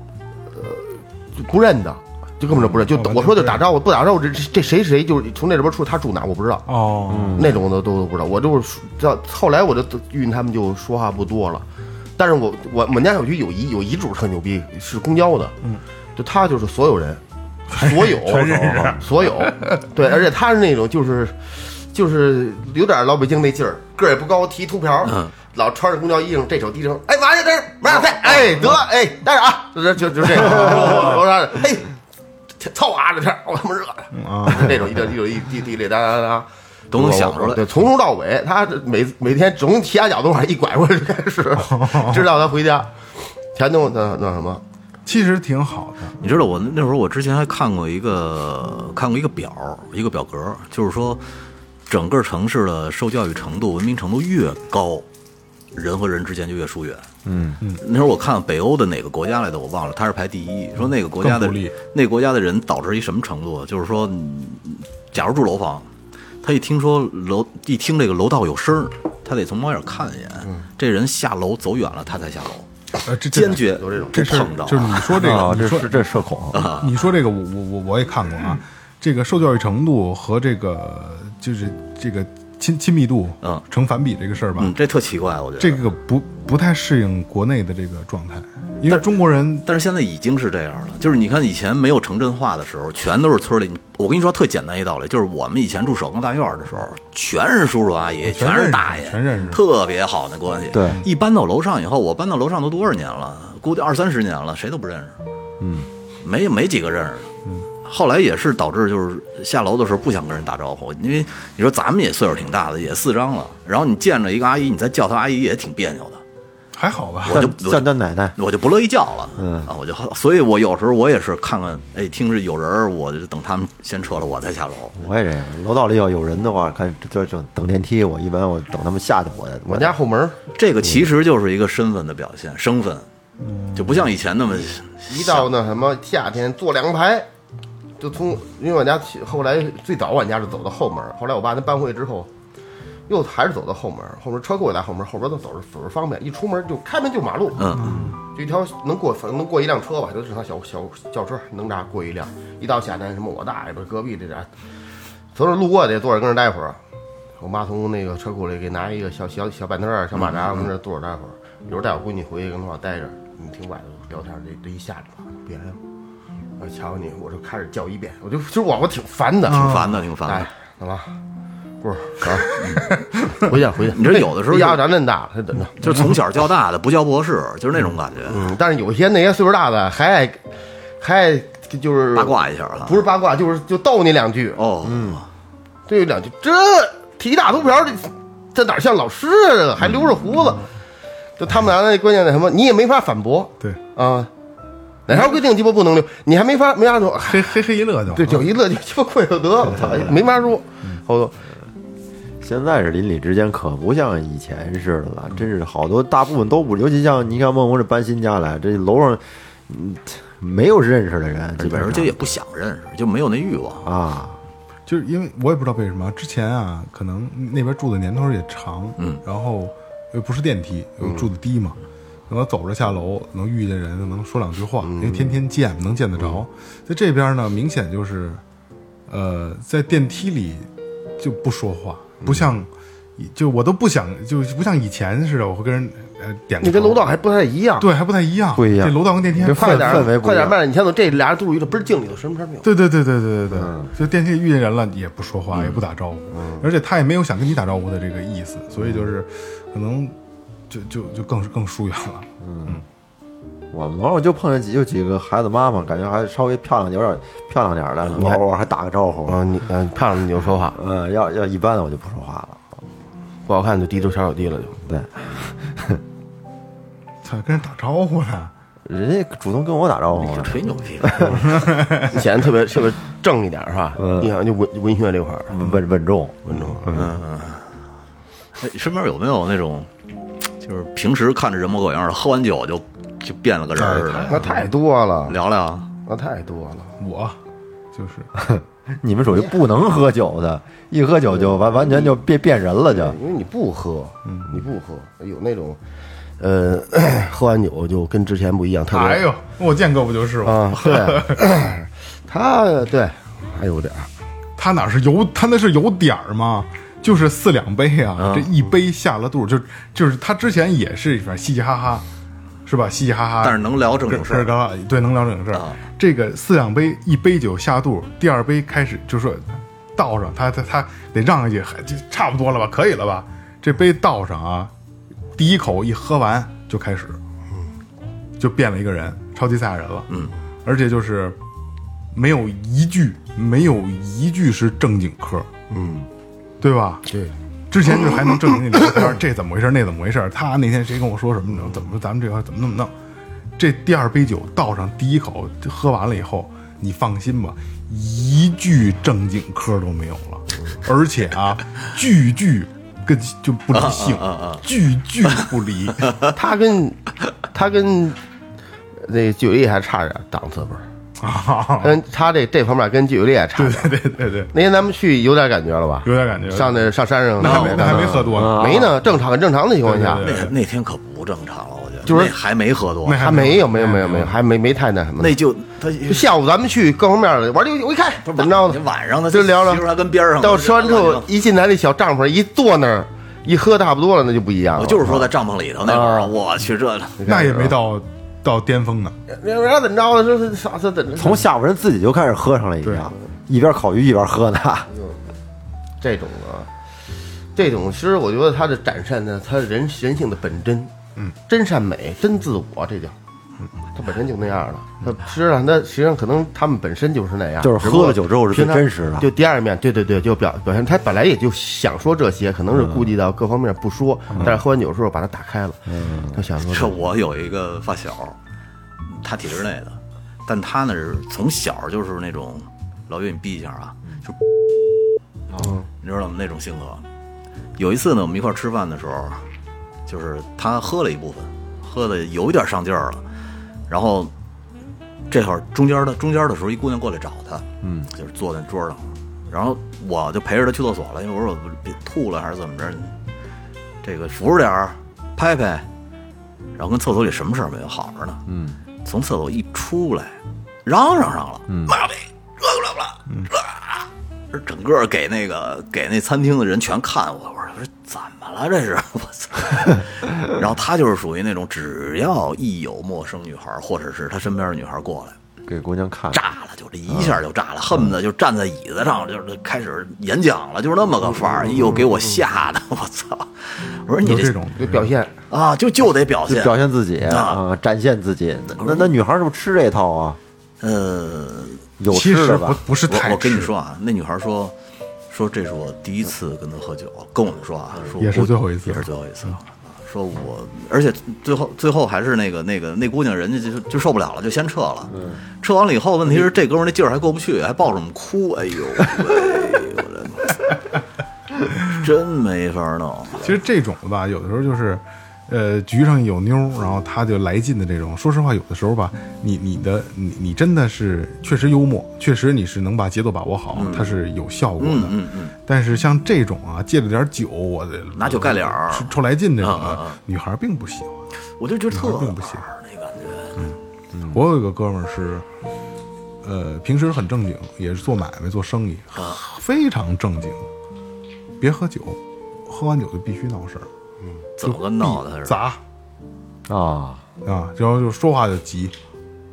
[SPEAKER 2] 就不认的，就根本就不认。就
[SPEAKER 1] 哦完全
[SPEAKER 2] 我说就
[SPEAKER 1] 不认
[SPEAKER 2] 打招呼，不打招呼，这这这谁谁就是从那边出，他住哪我不知道，
[SPEAKER 1] 哦，
[SPEAKER 2] 那种的都都不知道。我就是到后来我就遇见他们就说话不多了，但是我我我们家小区有一有一主特牛逼，是公交的，嗯，就他就是所有人，所有
[SPEAKER 1] 全认识
[SPEAKER 2] 所有， 对，而且他是那种就是就是有点老北京那劲儿，个儿也不高，提秃瓢，嗯。老穿着公交衣裳，这手低着，哎，麻将这儿麻将菜，哎，得，哎，带着啊，就就就这 个，我说，哎，操啊，这天儿我他妈热的， 就那种一点一点一滴滴滴哒哒哒，
[SPEAKER 4] 都能想出来
[SPEAKER 2] 对，从头到尾，他每每天从其他角度往上一拐过来就开始，直到他回家，全都那那什么，
[SPEAKER 1] 其实挺好的。
[SPEAKER 4] 你知道我那那会儿我之前还看过一个看过一个表一个表格，就是说整个城市的受教育程度、文明程度越高，人和人之间就越疏远。嗯嗯，那会儿我看北欧的哪个国家来的我忘了，他是排第一。说那个国家的
[SPEAKER 1] 更不利
[SPEAKER 4] 那国家的人导致一什么程度？就是说，嗯假如住楼房，他一听说楼一听这个楼道有声儿，他得从猫眼看一眼。
[SPEAKER 2] 嗯
[SPEAKER 4] 这人下楼走远了，他才下楼，
[SPEAKER 1] 呃，这这
[SPEAKER 4] 坚决
[SPEAKER 2] 有这种
[SPEAKER 4] 不
[SPEAKER 1] 这事儿
[SPEAKER 4] 碰到。
[SPEAKER 1] 就是你说这
[SPEAKER 3] 啊
[SPEAKER 1] 个，你
[SPEAKER 3] 这
[SPEAKER 1] 说
[SPEAKER 3] 是这是社恐啊，
[SPEAKER 1] 你说这个，我我我我也看过啊，这个受教育程度和这个就是这个亲亲密度
[SPEAKER 4] 嗯
[SPEAKER 1] 成反比这个事儿吧，
[SPEAKER 4] 嗯，这特奇怪，我觉得
[SPEAKER 1] 这。个不不太适应国内的这个状态，因为中国人
[SPEAKER 4] 但是现在已经是这样了，就是你看以前没有城镇化的时候，全都是村里。我跟你说特简单一道理，就是我们以前住首钢大院的时候，全是叔叔阿姨，
[SPEAKER 1] 哎全
[SPEAKER 4] 全
[SPEAKER 1] 认识
[SPEAKER 4] 是大爷，
[SPEAKER 1] 全认识
[SPEAKER 4] 特别好那关系。
[SPEAKER 3] 对
[SPEAKER 4] 一搬到楼上以后，我搬到楼上都多少年了？估计二三十年了，谁都不认识。嗯，没没几个认识的。
[SPEAKER 1] 嗯
[SPEAKER 4] 后来也是导致就是下楼的时候不想跟人打招呼，因为你说咱们也岁数挺大的，也四张了，然后你见着一个阿姨，你再叫她阿姨也挺别扭的。
[SPEAKER 1] 还好吧？
[SPEAKER 4] 我就
[SPEAKER 3] 叫叫叫奶奶，
[SPEAKER 4] 我就不乐意叫了，嗯啊，我就所以，我有时候我也是看看，哎，听着有人儿，我就等他们先撤了，我再下楼。
[SPEAKER 3] 我也这样。楼道里要有人的话，看就就等电梯，我一般我等他们下去，我
[SPEAKER 2] 我家后门儿
[SPEAKER 4] 这个其实就是一个身份的表现，身份，
[SPEAKER 2] 嗯
[SPEAKER 4] 就不像以前那么
[SPEAKER 2] 一到那什么夏天做凉排，就从因为我家起后来最早我家是走到后门儿，后来我爸那搬回去之后，又还是走到后门儿，后面车给我来后门儿，后边儿都走着走着方便，一出门就开门就马路，
[SPEAKER 4] 嗯，
[SPEAKER 2] 就一条能过反正能过一辆车吧，就正常小小轿车能扎过一辆。一到夏天什么我大爷不是隔壁这家，从这儿路过得坐着跟这儿待会儿。我妈从那个车库里给拿一个小小小板凳儿、小马扎，跟这儿坐着待会儿。有时候带我闺女回去跟她老待着，你听外头聊天儿，这这一下去吧，别呀。我说瞧你，我就开始叫一遍，我就其实我我挺烦的，
[SPEAKER 4] 挺烦的，挺烦
[SPEAKER 2] 哎
[SPEAKER 4] 的。，
[SPEAKER 2] 怎么？不是，啊， 回家回家。
[SPEAKER 4] 你这有的时候
[SPEAKER 2] 压
[SPEAKER 4] 就
[SPEAKER 2] 咱恁大了，还等着。
[SPEAKER 4] 就是从小教大的，不教博士，就是那种感觉，
[SPEAKER 2] 嗯，但是有些那些岁数大的还爱还爱就是
[SPEAKER 4] 八，卦一下啊。
[SPEAKER 2] 不是八嗯卦，就是就逗你两句，
[SPEAKER 4] 哦，
[SPEAKER 2] 对你两句，这剃一大秃瓢，这这哪像老师啊？这个还留着胡子，就他们俩那关键那什么，你也没法反驳
[SPEAKER 1] 对，
[SPEAKER 2] 啊。哪条规定鸡巴不能留？你还没法没法说，哎
[SPEAKER 1] 嘿嘿嘿一乐就
[SPEAKER 2] 对，就一乐就鸡巴跪就得了，我操，没法说。后头
[SPEAKER 3] 现在是邻里之间可不像以前似的
[SPEAKER 4] 嗯
[SPEAKER 3] 了，真是好多大部分都不，尤其像你看孟红这搬新家来，这楼上嗯没有认识的人，基本
[SPEAKER 4] 而
[SPEAKER 3] 上
[SPEAKER 4] 且也不想认识，就没有那欲望。
[SPEAKER 3] 啊，
[SPEAKER 1] 就是因为我也不知道为什么，之前啊，可能那边住的年头也长，嗯，然后又不是电梯，又住的低嘛，
[SPEAKER 3] 嗯
[SPEAKER 1] 可能走着下楼能遇见人，能说两句话，
[SPEAKER 3] 嗯
[SPEAKER 1] 因为天天见能见得着。在这边呢，明显就是，呃，在电梯里就不说话，
[SPEAKER 3] 嗯
[SPEAKER 1] 不像，就我都不想，就不像以前似的，我会跟人呃点个
[SPEAKER 2] 你跟
[SPEAKER 1] 头
[SPEAKER 2] 楼道还不太一样，
[SPEAKER 1] 对还不太一样，
[SPEAKER 3] 不一样
[SPEAKER 1] 这楼道跟电梯还
[SPEAKER 3] 这
[SPEAKER 1] 不太
[SPEAKER 2] 快点儿
[SPEAKER 3] 氛围不一样
[SPEAKER 2] 快点儿慢点儿，你像我这俩人都是一个倍儿敬礼，什么事儿没有。
[SPEAKER 1] 对对对对对对对，
[SPEAKER 4] 嗯
[SPEAKER 1] 就电梯里遇见人了也不说话，也不打招呼，而且他也没有想跟你打招呼的这个意思，所以就是可能就就就更更疏远了。
[SPEAKER 3] 我们偶尔就碰见几有几个孩子妈妈，感觉还稍微漂亮，有点漂亮点儿的，
[SPEAKER 4] 嗯
[SPEAKER 3] 偶尔还打个招呼。
[SPEAKER 2] 啊，你啊，你胖了你就说话，
[SPEAKER 3] 呃，要要一般的我就不说话了。
[SPEAKER 2] 不好看就低头小小弟了就。
[SPEAKER 3] 对，
[SPEAKER 1] 操，跟人打招呼呢，
[SPEAKER 3] 人家主动跟我打招
[SPEAKER 2] 哦
[SPEAKER 3] 呼
[SPEAKER 4] 就
[SPEAKER 3] 了，
[SPEAKER 4] 哎吹牛逼，
[SPEAKER 2] 你显得特别特别正一点是吧？
[SPEAKER 3] 嗯
[SPEAKER 2] 你想就文文学这块儿，
[SPEAKER 3] 稳稳重，
[SPEAKER 2] 文中嗯
[SPEAKER 4] 哎身边有没有那种，就是平时看着人模狗样的，喝完酒就就变了个人儿似的？
[SPEAKER 2] 那太多了，
[SPEAKER 4] 聊啊聊，
[SPEAKER 2] 那太多了。
[SPEAKER 1] 我 就是
[SPEAKER 3] 你们属于不能喝酒的，一喝酒就
[SPEAKER 4] 嗯
[SPEAKER 3] 完完全就变变人了，就
[SPEAKER 2] 因为你不喝，你不喝，有那种，呃，喝完酒就跟之前不一样，特别
[SPEAKER 1] 哎呦，我见哥不就是
[SPEAKER 4] 嗯
[SPEAKER 1] 吗？
[SPEAKER 2] 啊，对，他对还有 点儿，
[SPEAKER 1] 他哪是有他那是有点儿吗？就是四两杯
[SPEAKER 4] 嗯
[SPEAKER 1] 啊，这一杯下了肚，就就是他之前也是反正嘻嘻哈哈，是吧？嘻嘻哈哈，
[SPEAKER 4] 但是能聊正经事儿
[SPEAKER 1] 跟跟跟对，能聊正经事儿
[SPEAKER 4] 啊。
[SPEAKER 1] 这个四两杯，一杯酒下肚，第二杯开始就说倒上，他他他得让一句，还就差不多了吧，可以了吧？这杯倒上啊，第一口一喝完就开始，
[SPEAKER 4] 嗯
[SPEAKER 1] 就变了一个人，超级赛亚人了。嗯，而且就是没有一句，没有一句是正经嗑。嗯，对吧？
[SPEAKER 2] 对，
[SPEAKER 1] 之前就是还能正经地聊天儿，这怎么回事，那怎么回事儿？他那天谁跟我说什么怎么咱们这块儿怎么怎么弄？这第二杯酒倒上第一口喝完了以后，你放心吧，一句正经嗑都没有了，而且啊，句句跟就不离性，句句不离。
[SPEAKER 2] 他跟他跟那酒力还差点儿档次不是？跟他这这方面跟酒力也差点儿。
[SPEAKER 1] 对对对对，
[SPEAKER 2] 那天咱们去有点感觉了吧？
[SPEAKER 1] 有点感觉
[SPEAKER 2] 上那上啊山上，
[SPEAKER 1] 那还没那还没喝多呢，
[SPEAKER 2] 没呢，正常很正常的情况下
[SPEAKER 1] 对，对
[SPEAKER 4] 那那天可不正常了，我觉得，
[SPEAKER 2] 就是
[SPEAKER 4] 那还没喝多，
[SPEAKER 1] 那哎
[SPEAKER 2] 他没有没有没有没有，还没没太那什么，
[SPEAKER 4] 那就他
[SPEAKER 2] 就下午咱们去各方面的玩游戏，我一看
[SPEAKER 4] 不是
[SPEAKER 2] 怎么着呢？
[SPEAKER 4] 晚上呢，
[SPEAKER 2] 就聊聊
[SPEAKER 4] 媳妇儿还跟边儿上呢
[SPEAKER 2] 到吃完之
[SPEAKER 4] 就
[SPEAKER 2] 后
[SPEAKER 4] 聊，
[SPEAKER 2] 一进来那小帐篷一坐那儿，一喝差不多了，那就不一样了。啊
[SPEAKER 4] 我就是说在帐篷里头那会儿，我去这
[SPEAKER 1] 那也没到到巅峰呢。
[SPEAKER 2] 人家怎么着了？啊说是啥？这怎么着
[SPEAKER 3] 从下午人自己就开始喝上了，已
[SPEAKER 1] 对
[SPEAKER 3] 经一边烤鱼一边喝呢。
[SPEAKER 2] 这种啊，这种其实我觉得它的展现的它人人性的本真，嗯，真善美，真自我，这叫，它本身就那样了。它实际上，它实际上可能他们本身就是那样，
[SPEAKER 3] 就是喝了酒之后是最
[SPEAKER 2] 只不过平常
[SPEAKER 3] 真实的
[SPEAKER 2] 就第二面，对对对，就表表现他本来也就想说这些，可能
[SPEAKER 3] 嗯
[SPEAKER 2] 是顾及到各方面不说，但是喝完酒的时候把它打开了，
[SPEAKER 3] 嗯
[SPEAKER 2] 他想说
[SPEAKER 4] 这我有一个发小，他体制内的，但他呢是从小就是那种，老岳你逼一下啊，就，你知道吗？那种性格。有一次呢，我们一块儿吃饭的时候，就是他喝了一部分，喝的有一点上劲儿了，然后这会儿中间的中间的时候，一姑娘过来找他，嗯，就是坐在桌上，然后我就陪着他去厕所了，因为我说我别吐了还是怎么着，这个扶着点儿，拍拍，然后跟厕所里什么事儿没有，好着呢。嗯，从厕所一出来，嚷嚷上了，妈逼，热不热不了，这整个给那个给那餐厅的人全看我，我说这怎么了这是？ 我操！然后他就是属于那种只要一有陌生女孩或者是他身边的女孩过来，
[SPEAKER 3] 给姑娘看，
[SPEAKER 4] 炸了，就这一下就炸了，恨不得就站在椅子上，就是开始演讲了，就是那么个范儿。又给我吓的，我操！我说你
[SPEAKER 1] 有这种
[SPEAKER 2] 就表现，
[SPEAKER 4] 啊，就就得表
[SPEAKER 3] 就
[SPEAKER 4] 现，
[SPEAKER 3] 表现自己
[SPEAKER 4] 啊
[SPEAKER 3] 啊，展现自己。那那女孩是不是吃这套啊？
[SPEAKER 4] 呃，
[SPEAKER 3] 有
[SPEAKER 1] 其
[SPEAKER 3] 吃
[SPEAKER 1] 实
[SPEAKER 3] 的
[SPEAKER 1] 不
[SPEAKER 3] 吧？
[SPEAKER 1] 不是
[SPEAKER 4] 我
[SPEAKER 1] 太
[SPEAKER 4] 我跟你
[SPEAKER 1] 吃
[SPEAKER 4] 说啊，那女孩说说这是我第一次跟她喝酒，跟我们说啊，说
[SPEAKER 1] 也是
[SPEAKER 4] 我
[SPEAKER 1] 最后一次嗯
[SPEAKER 4] 也是最后一次。啊说我，而且最后最后还是那个那个那姑娘，人家就就受不了了，就先撤了。撤完了以后，问题是这哥们儿那劲儿还过不去，还抱着我们哭。哎呦喂，我这真没法弄。
[SPEAKER 1] 其实这种的吧，有的时候就是，呃，局上有妞儿，然后她就来劲的这种。说实话，有的时候吧，你你的你你真的是确实幽默，确实你是能把节奏把握好，它是有效果的。
[SPEAKER 4] 嗯嗯
[SPEAKER 1] 但是像这种啊，借着点酒，我的
[SPEAKER 4] 拿酒盖脸儿
[SPEAKER 1] 臭臭来劲这种
[SPEAKER 4] 啊啊
[SPEAKER 1] 的
[SPEAKER 4] 啊，
[SPEAKER 1] 女孩儿并不喜欢。
[SPEAKER 4] 我就觉得特
[SPEAKER 1] 女孩并不行
[SPEAKER 4] 哪儿那感觉。
[SPEAKER 1] 我有一个哥们儿是，呃，平时很正经，也是做买卖做生意，
[SPEAKER 4] 嗯
[SPEAKER 1] 非常正经。别喝酒，喝完酒就必须闹事儿，
[SPEAKER 4] 怎么个闹的？他是
[SPEAKER 1] 砸。
[SPEAKER 3] 啊，
[SPEAKER 1] 啊，然后就说话就急，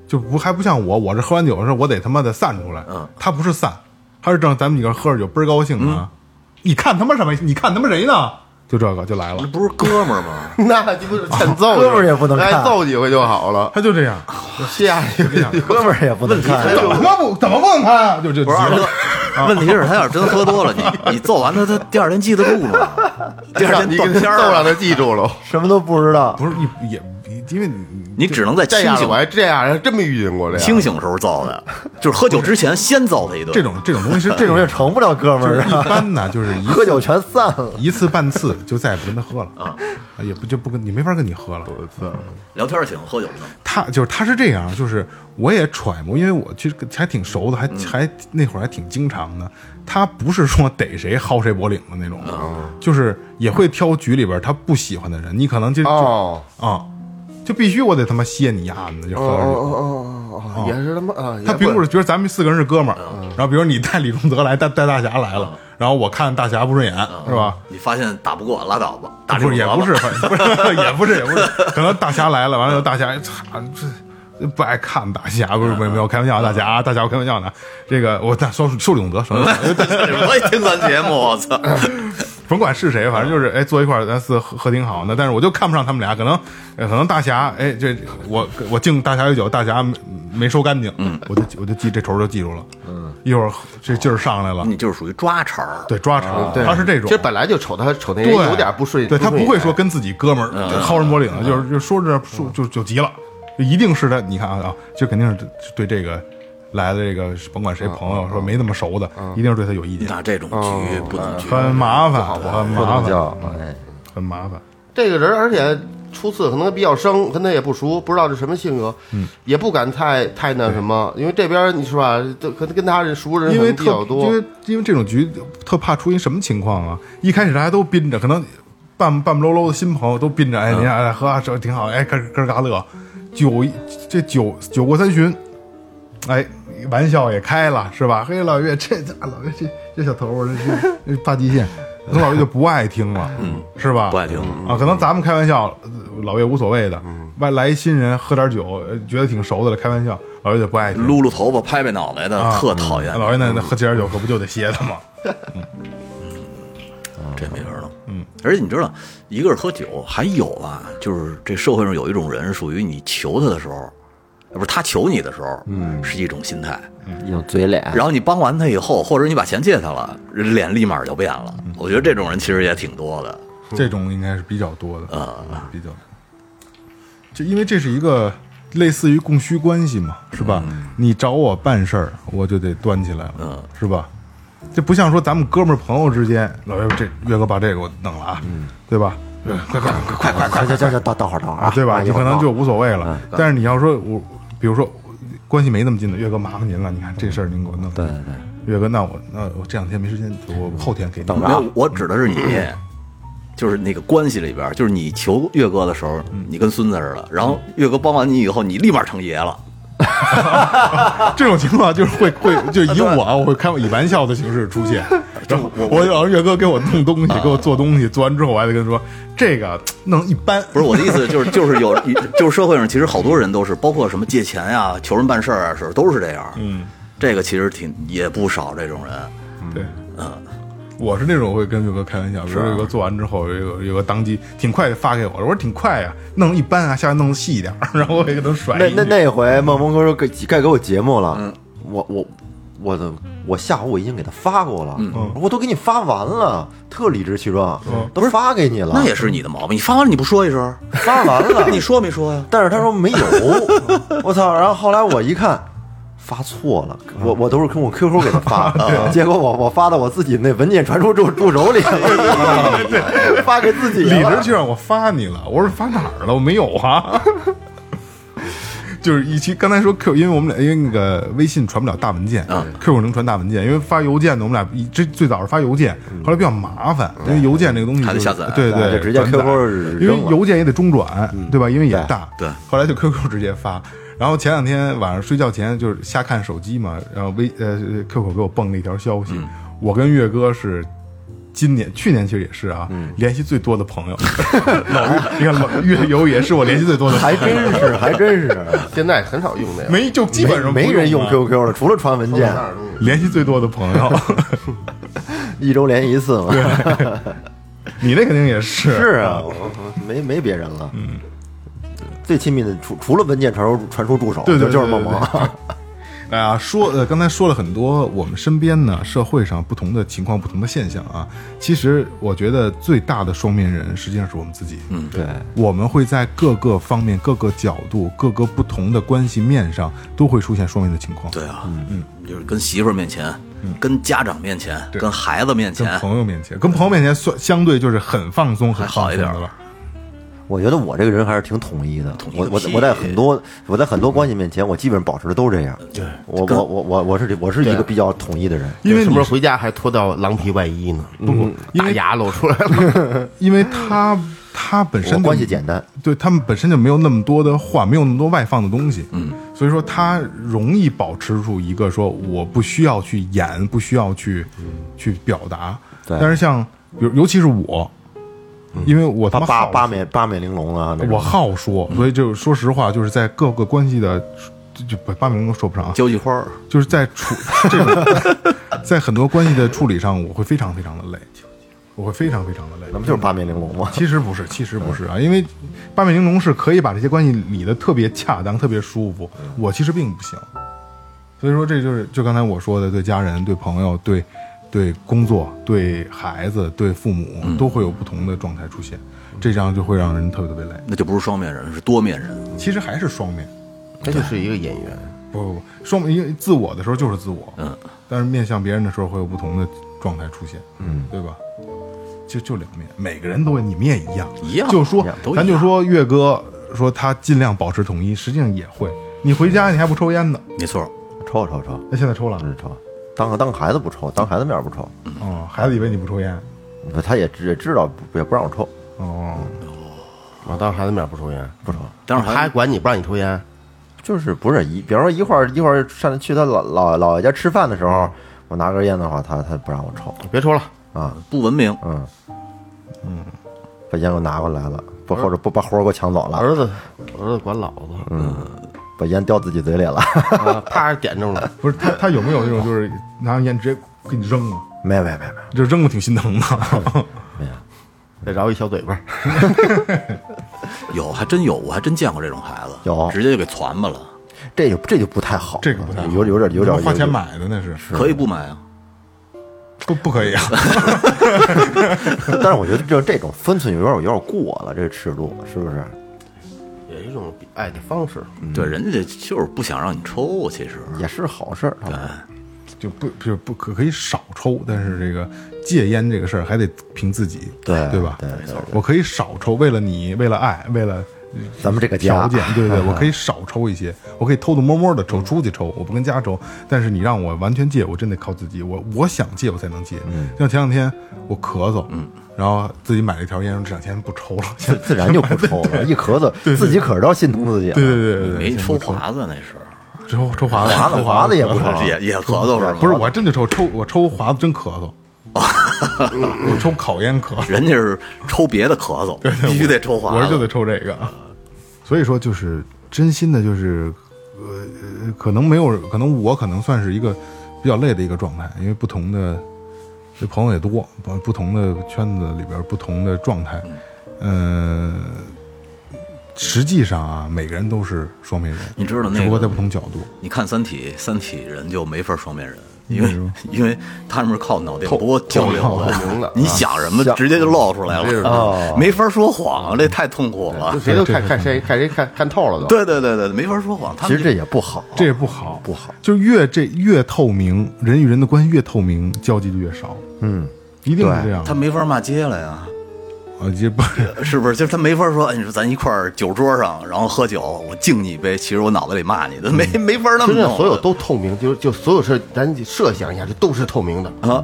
[SPEAKER 1] 就不还不像我，我这喝完酒的时候我得他妈的散出来，
[SPEAKER 4] 嗯
[SPEAKER 1] 他不是散，他是正咱们几个喝着酒倍儿高兴啊，你看他妈什么？你看他妈谁呢？就这个就来了
[SPEAKER 4] 那，不是哥们儿吗？
[SPEAKER 2] 那就不是欠揍，
[SPEAKER 3] 哥们儿也不能看
[SPEAKER 2] 挨揍几回就好了，
[SPEAKER 1] 他就 这样，
[SPEAKER 2] 下一个
[SPEAKER 3] 哥们儿也不能看。
[SPEAKER 1] 怎么他妈不怎么不能看啊？就就急
[SPEAKER 4] 不是二
[SPEAKER 1] 了，啊
[SPEAKER 4] 哥，问题是他要是真喝多了，你你揍完他，他第二天记得住吗？第二天
[SPEAKER 2] 你
[SPEAKER 4] 断
[SPEAKER 2] 给
[SPEAKER 4] 片
[SPEAKER 2] 他 揍
[SPEAKER 4] 儿
[SPEAKER 2] 让
[SPEAKER 4] 了，
[SPEAKER 2] 他记住了。
[SPEAKER 3] 什么都不知道，
[SPEAKER 1] 不是一也因为你
[SPEAKER 4] 你只能在
[SPEAKER 2] 这
[SPEAKER 4] 清
[SPEAKER 2] 样的
[SPEAKER 4] 醒
[SPEAKER 2] 我还这样还真没遇见过这样的。
[SPEAKER 4] 清醒时候揍的，就是喝酒之前先揍他一顿。
[SPEAKER 1] 这种这种东西是这
[SPEAKER 3] 这种
[SPEAKER 1] 种
[SPEAKER 3] 也成不了哥们
[SPEAKER 1] 就是
[SPEAKER 3] 儿
[SPEAKER 1] 一
[SPEAKER 3] 啊。
[SPEAKER 1] 般呢，就是一
[SPEAKER 3] 喝酒全散了，
[SPEAKER 1] 一次半次就再也不跟他喝了啊，也不就不跟你没法跟你喝了。
[SPEAKER 4] 聊天儿行，喝酒不能。
[SPEAKER 1] 他就是他是这样，就是我也揣摩，因为我其实还挺熟的，还、
[SPEAKER 2] 嗯
[SPEAKER 1] 还那会儿还挺经常的。他不是说逮谁薅谁脖领的那种，
[SPEAKER 2] 哦
[SPEAKER 1] 就是也会挑局里边他不喜欢的人。你可能就就啊、
[SPEAKER 2] 哦
[SPEAKER 1] 就必须我得他妈歇你丫的，就喝
[SPEAKER 2] 哦
[SPEAKER 1] 点酒。
[SPEAKER 2] 哦哦哦，也嗯是他妈啊！
[SPEAKER 1] 他并不是觉得咱们四个人是哥们儿，然后比如你带李宗泽来，带带大侠来
[SPEAKER 2] 嗯
[SPEAKER 1] 了，然后我看大侠不顺眼，是吧？
[SPEAKER 4] 你发现打不过拉倒吧，打
[SPEAKER 1] 不是也
[SPEAKER 4] 折吧
[SPEAKER 1] 不是，反正不是 也不是也不是，可能大侠来了，完了大侠，哎操这不爱看大侠，不是没有没有开玩笑，大侠啊大侠我开玩笑呢。这个我那说说李永德，说
[SPEAKER 4] 我也听咱节目，我操！
[SPEAKER 1] 甭管是谁，反正就是哎，坐一块儿咱四喝喝挺好的，但是我就看不上他们俩，可能呃可能大侠哎这我我敬大侠一酒，大侠没没收干净，我就我就记这仇就记住了，嗯，一会儿这劲儿上来了，
[SPEAKER 4] 你就是属于抓茬儿。
[SPEAKER 1] 对抓仇，他是这种，
[SPEAKER 2] 嗯其实本来就瞅他瞅那人
[SPEAKER 1] 对，
[SPEAKER 2] 有点不顺，
[SPEAKER 1] 对他
[SPEAKER 2] 顺
[SPEAKER 1] 不
[SPEAKER 2] 眼嗯
[SPEAKER 1] 会说跟自己哥们儿薅人脖领的，就是就说着说就就急了，就一定是他，你看啊，就肯定是对这个来的这个甭管
[SPEAKER 2] 嗯
[SPEAKER 1] 谁朋友说没那么熟的，一定是对他有意见，
[SPEAKER 4] 那这种局不能
[SPEAKER 2] 嗯
[SPEAKER 4] 局，
[SPEAKER 1] 很麻烦，很
[SPEAKER 3] 不
[SPEAKER 1] 麻
[SPEAKER 3] 能
[SPEAKER 1] 烦，
[SPEAKER 3] 叫哎，
[SPEAKER 1] 很麻烦。
[SPEAKER 2] 这个人，而且初次可能比较生，跟他也不熟，不知道这什么性格，也不敢太太那什么，因为这边你是吧，都可能跟他这熟人
[SPEAKER 1] 因为
[SPEAKER 2] 可能比
[SPEAKER 1] 特
[SPEAKER 2] 较
[SPEAKER 1] 因
[SPEAKER 2] 多
[SPEAKER 1] 为，因为这种局特怕出一什么情况啊？一开始大家都宾着，可能半半不喽喽的新朋友都宾着，
[SPEAKER 2] 嗯
[SPEAKER 1] 哎，您俩喝啊，这挺好，哎，咯咯嘎乐，酒一这酒酒过三巡，哎，玩笑也开了，是吧？嘿，老岳，这家老岳这这小头儿，这这这发际线，可能老岳就不爱听了，嗯，是吧？
[SPEAKER 4] 不爱听
[SPEAKER 1] 啊，可能咱们开玩笑，呃老岳无所谓的。
[SPEAKER 2] 嗯
[SPEAKER 1] 外来一新人喝点酒，呃觉得挺熟的了，开玩笑，老岳就不爱听。
[SPEAKER 4] 撸撸头发、拍拍脑袋的，特讨厌，
[SPEAKER 1] 哎老岳那那喝几点酒可不就得歇他吗？
[SPEAKER 4] 这没法弄。嗯，而且你知道，一个是喝酒，还有啊，就是这社会上有一种人，属于你求他的时候，呃不是他求你的时候，嗯，是一种心态。
[SPEAKER 3] 一种嘴脸，
[SPEAKER 4] 然后你帮完他以后，或者你把钱借他了，人脸立马就变了。我觉得这种人其实也挺多的。
[SPEAKER 1] 这种应该是比较多的嗯啊，比较，就因为这是一个类似于供需关系嘛，是吧？你找我办事儿，我就得端起来了，是吧？这不像说咱们哥们儿朋友之间，老岳这岳哥把这个给我弄了啊，对吧？快快快快快快
[SPEAKER 3] 快快快快，到到会儿到会儿啊，
[SPEAKER 1] 对吧？
[SPEAKER 3] 啊
[SPEAKER 1] 你
[SPEAKER 3] 一会
[SPEAKER 1] 可
[SPEAKER 3] 儿
[SPEAKER 1] 能
[SPEAKER 3] 到
[SPEAKER 1] 就无所谓了。但是你要说我，比如说关系没那么近的，岳哥麻烦您了，你看这事儿您给我弄。对对对，岳哥，那我那我这两天没时间，我后天给你
[SPEAKER 4] 没有，我指的是你，就是那个关系里边，就是你求岳哥的时候，你跟孙子似的，然后岳哥帮完你以后，你立马成爷了。
[SPEAKER 1] 这种情况就是会会就以我啊，我会开以玩笑的形式出现，然后我老让岳哥给我弄东西，给我做东西，做完之后我还得跟他说这个弄一般，
[SPEAKER 4] 不是我的意思， 就是就是有，就是社会上其实好多人都是，包括什么借钱呀、求人办事儿啊，是都是这样。嗯，这个其实挺也不少这种人。
[SPEAKER 1] 对，嗯，我是那种会跟岳哥开玩笑，比如岳哥做完之后，岳哥岳哥当机挺快的发给我，我说挺快啊，弄一般啊，下次弄细一点儿， 然后我也给他甩
[SPEAKER 3] 那
[SPEAKER 1] 一句
[SPEAKER 3] 那那回孟峰哥说该该给我节目了，
[SPEAKER 4] 嗯
[SPEAKER 3] 我我我的我下午我已经给他发过了，
[SPEAKER 4] 嗯
[SPEAKER 1] 嗯
[SPEAKER 3] 我都给你发完了，特理直气壮，都发给你了，
[SPEAKER 4] 那也嗯是你的毛病，你发完了你不说一声，
[SPEAKER 3] 发完了，
[SPEAKER 4] 你说没说呀？
[SPEAKER 3] 但是他说 没有，我操！然后后来我一看，发错了，
[SPEAKER 1] 嗯
[SPEAKER 3] 我我都是跟我 QQ 给他发的， 结果我我发到我自己那文件传输助助 手里，发给自己
[SPEAKER 1] 理直
[SPEAKER 3] 了。
[SPEAKER 1] 气壮，我发你了。我说发哪儿了？我没有啊。 就是一期刚才说 Q，因为我们俩因为那个微信传不了大文件、q
[SPEAKER 3] 嗯
[SPEAKER 1] q 能传大文件，因为发邮件的我们俩一这最早是发邮件，后来比较麻烦，因为邮件这个东西
[SPEAKER 4] 还得
[SPEAKER 1] 就是
[SPEAKER 4] 下载
[SPEAKER 1] 对
[SPEAKER 3] 对
[SPEAKER 1] 对，
[SPEAKER 3] 就直接
[SPEAKER 1] 转载
[SPEAKER 3] QQ 扔
[SPEAKER 1] 因为
[SPEAKER 3] 了
[SPEAKER 1] 邮件也得中转，
[SPEAKER 3] 嗯
[SPEAKER 1] 对吧？因为也大，
[SPEAKER 4] 对对
[SPEAKER 1] 后来就 QQ 直接发。然后前两天晚上睡觉前就是瞎看手机嘛，然后微呃 QQ 给我蹦了一条消息，
[SPEAKER 3] 嗯
[SPEAKER 1] 我跟岳哥是今年去年其实也是啊，
[SPEAKER 3] 嗯
[SPEAKER 1] 联系最多的朋 友，老岳，你看老岳友也是我联系最多的朋
[SPEAKER 3] 还
[SPEAKER 1] 友，
[SPEAKER 3] 真是，还真是，
[SPEAKER 2] 现在很少用那个，
[SPEAKER 1] 没就基本上不
[SPEAKER 3] 没没人用
[SPEAKER 1] 了
[SPEAKER 3] QQ 了，除了传文件，
[SPEAKER 2] 那东西
[SPEAKER 1] 联系最多的朋友，
[SPEAKER 3] 一周连一次嘛。
[SPEAKER 1] 你那肯定也是
[SPEAKER 3] 是啊，我我没没别人了。嗯，最亲密的除除了文件传输传输助手，
[SPEAKER 1] 对对
[SPEAKER 3] 就就
[SPEAKER 1] 对
[SPEAKER 3] 是梦
[SPEAKER 1] 对
[SPEAKER 3] 萌。
[SPEAKER 1] 哎呀，说呃，刚才说了很多我们身边呢社会上不同的情况、不同的现象啊。其实我觉得最大的双面人实际上是我们自己。嗯，
[SPEAKER 3] 对，
[SPEAKER 1] 我们会在各个方面、各个角度、各个不同的关系面上都会出现双面的情况。
[SPEAKER 4] 对，啊，嗯，就是跟媳妇儿面前，跟家长面前，跟孩子面
[SPEAKER 1] 嗯跟
[SPEAKER 4] 前，
[SPEAKER 1] 朋友面前，跟朋友面前算相对就是很放松、很
[SPEAKER 4] 啊还好
[SPEAKER 1] 放
[SPEAKER 4] 一
[SPEAKER 1] 松
[SPEAKER 4] 点
[SPEAKER 1] 的了。
[SPEAKER 3] 我觉得我这个人还是挺统一的。
[SPEAKER 4] 统一
[SPEAKER 3] 我
[SPEAKER 4] 个
[SPEAKER 3] 我
[SPEAKER 4] 屁
[SPEAKER 3] 我在很多我在很多关系面前，我基本上保持的都是这样。对，我我我我我是我是一个比较统一的人。
[SPEAKER 1] 因为
[SPEAKER 2] 是
[SPEAKER 1] 你
[SPEAKER 2] 不是回家还脱掉狼皮外衣呢？
[SPEAKER 1] 因
[SPEAKER 2] 大
[SPEAKER 1] 为
[SPEAKER 2] 牙露出来了，
[SPEAKER 1] 因为他他本身
[SPEAKER 3] 我
[SPEAKER 1] 就
[SPEAKER 3] 关系简单，
[SPEAKER 1] 对他们本身就没有那么多的话，没有那么多外放的东西，嗯，所以说他容易保持住一个说我不需要去演，不需要去、去表达，
[SPEAKER 3] 对
[SPEAKER 1] 但是像比如尤其是我，因为我嗯他妈
[SPEAKER 3] 八
[SPEAKER 1] 嗯
[SPEAKER 3] 八
[SPEAKER 1] 好
[SPEAKER 3] 八面八面玲珑啊！那种
[SPEAKER 1] 我好说，所以就说实话，就是在各个关系的就就不八面玲珑说不上啊，
[SPEAKER 4] 交际花儿，
[SPEAKER 1] 就是在处 这种在很多关系的处理上，我会非常非常的累，我会非常非常的累
[SPEAKER 3] 那。不就是八面玲珑吗？
[SPEAKER 1] 其实不是，其实不是啊，因为八面玲珑是可以把这些关系理得特别恰当、特别舒服，我其实并不行。所以说，这就是就刚才我说的，对家人、对朋友、对对工作、对孩子、对父母，都会有不同的状态出现，这样就会让人特别特别累。
[SPEAKER 4] 那就不是双面人，是多面人。
[SPEAKER 1] 其实还是双面，
[SPEAKER 2] 他就是一个演员，
[SPEAKER 1] 不不不，双面，因为自我的时候就是自我，
[SPEAKER 4] 嗯，
[SPEAKER 1] 但是面向别人的时候会有不同的状态出现，嗯，对吧？就就两面，每个人都会，你们也一样，
[SPEAKER 4] 一样
[SPEAKER 1] 就说
[SPEAKER 4] 一样都一样
[SPEAKER 1] 咱就说岳哥说他尽量保持统一，实际上也会。你回家你还不抽烟呢？
[SPEAKER 4] 没错儿，
[SPEAKER 3] 抽抽抽，
[SPEAKER 1] 那现在抽了
[SPEAKER 3] 真是抽。当个当个孩子不抽，当孩子面不抽，
[SPEAKER 1] 哦，孩子以为你不抽烟
[SPEAKER 3] 不他也知也知道不也不让我抽，
[SPEAKER 1] 哦，
[SPEAKER 2] 我当着孩子面不抽烟，不抽，
[SPEAKER 4] 但是
[SPEAKER 2] 他还
[SPEAKER 4] 还
[SPEAKER 2] 管你不让你抽烟，
[SPEAKER 3] 就是不是一，比方说一会儿一会儿上去他老老姥爷家吃饭的时候，我拿根烟的话，他他不让我抽
[SPEAKER 2] 别抽了，
[SPEAKER 3] 啊，
[SPEAKER 4] 不文明。
[SPEAKER 3] 嗯嗯，把烟给我拿过来了，不或者不把活儿给我抢走了，
[SPEAKER 2] 儿子，儿子管老子，
[SPEAKER 3] 把烟叼自己嘴里了，
[SPEAKER 2] 啊，啪点中了，
[SPEAKER 1] 不是他他有没有那种就是拿上烟直接给你扔了，
[SPEAKER 3] 没有没有没有没有，
[SPEAKER 1] 就扔了挺心疼的。
[SPEAKER 2] 再饶一小嘴巴，
[SPEAKER 4] 有，还真有，我还真见过这种孩子，
[SPEAKER 3] 有
[SPEAKER 4] 直接就给攒吧了，
[SPEAKER 3] 这就这就不太好，
[SPEAKER 1] 这个不太好
[SPEAKER 3] 有有点有 点
[SPEAKER 1] 花钱
[SPEAKER 3] 有点
[SPEAKER 1] 买的那是
[SPEAKER 4] 可以不买啊？
[SPEAKER 1] 不不可以啊？
[SPEAKER 3] 但是我觉得就这种分寸有点有点过了，这个尺度是不是？
[SPEAKER 2] 也是一种爱的方式。
[SPEAKER 1] 嗯
[SPEAKER 4] 对，人家就是不想让你抽，啊其实
[SPEAKER 3] 也是好事儿，
[SPEAKER 1] 就不就不可可以少抽，但是这个戒烟这个事儿还得凭自己，
[SPEAKER 3] 对
[SPEAKER 1] 对吧？
[SPEAKER 3] 对对对
[SPEAKER 1] 我可以少抽，为了你，为了爱，为了
[SPEAKER 3] 咱们这个家嗯
[SPEAKER 1] 条件，对对，我 可以少抽一些，我可以偷偷摸摸的抽，出去抽，我不跟家抽。但是你让我完全戒，我真得靠自己，我我想戒我才能戒。
[SPEAKER 3] 嗯
[SPEAKER 1] 像前两天我咳嗽，嗯，然后自己买了一条烟，这两天不抽了。
[SPEAKER 3] 自自然就不抽 了，一咳嗽自己可知道心疼自己了，啊
[SPEAKER 1] 对对对对对，
[SPEAKER 4] 没抽华子那是，
[SPEAKER 1] 抽抽华子，
[SPEAKER 3] 华子华子也不抽，
[SPEAKER 4] 也也咳嗽是吗？
[SPEAKER 1] 不是，我还真就抽抽我抽华子真咳 嗽，我抽烤烟咳嗽。
[SPEAKER 4] 人家是抽别的咳嗽，必须得抽华子。
[SPEAKER 1] 我就得抽这个。哦所以说，就是真心的，就是呃，可能没有，可能我可能算是一个比较累的一个状态，因为不同的这朋友也多，不不同的圈子里边不同的状态，嗯、实际上啊，每个人都是双面人，
[SPEAKER 4] 你知道那
[SPEAKER 1] 只不过
[SPEAKER 4] 个
[SPEAKER 1] 在不同角度，
[SPEAKER 4] 你看《三体》，《三体》人就没法双面人，因为 因为他们是靠脑电波交流
[SPEAKER 2] 透明
[SPEAKER 4] 的
[SPEAKER 2] 的啊，
[SPEAKER 4] 你想什么
[SPEAKER 3] 想
[SPEAKER 4] 直接就露出来
[SPEAKER 2] 这 是
[SPEAKER 4] 了，没法说谎，这太痛苦了
[SPEAKER 2] 就。谁都看看谁看谁看看透了都。
[SPEAKER 4] 对 对对对，没法说谎。他
[SPEAKER 3] 其
[SPEAKER 4] 们
[SPEAKER 3] 实这也不好，
[SPEAKER 1] 这也不好，
[SPEAKER 3] 不好，
[SPEAKER 1] 就越这越透明，人与人的关系越透明，交集就越少，
[SPEAKER 3] 嗯，
[SPEAKER 1] 一定是
[SPEAKER 3] 对
[SPEAKER 1] 这样
[SPEAKER 4] 他
[SPEAKER 1] 的。
[SPEAKER 4] 没法骂街了呀，
[SPEAKER 1] 啊，也不 是
[SPEAKER 4] 是不是？就是他没法说，哎，你说咱一块儿酒桌上，然后喝酒，我敬你一杯，其实我脑子里骂你的，没没法那么
[SPEAKER 2] 真正
[SPEAKER 4] 弄
[SPEAKER 2] 所有都透明，就就所有事，咱设想一下，这都是透明的，
[SPEAKER 4] 啊，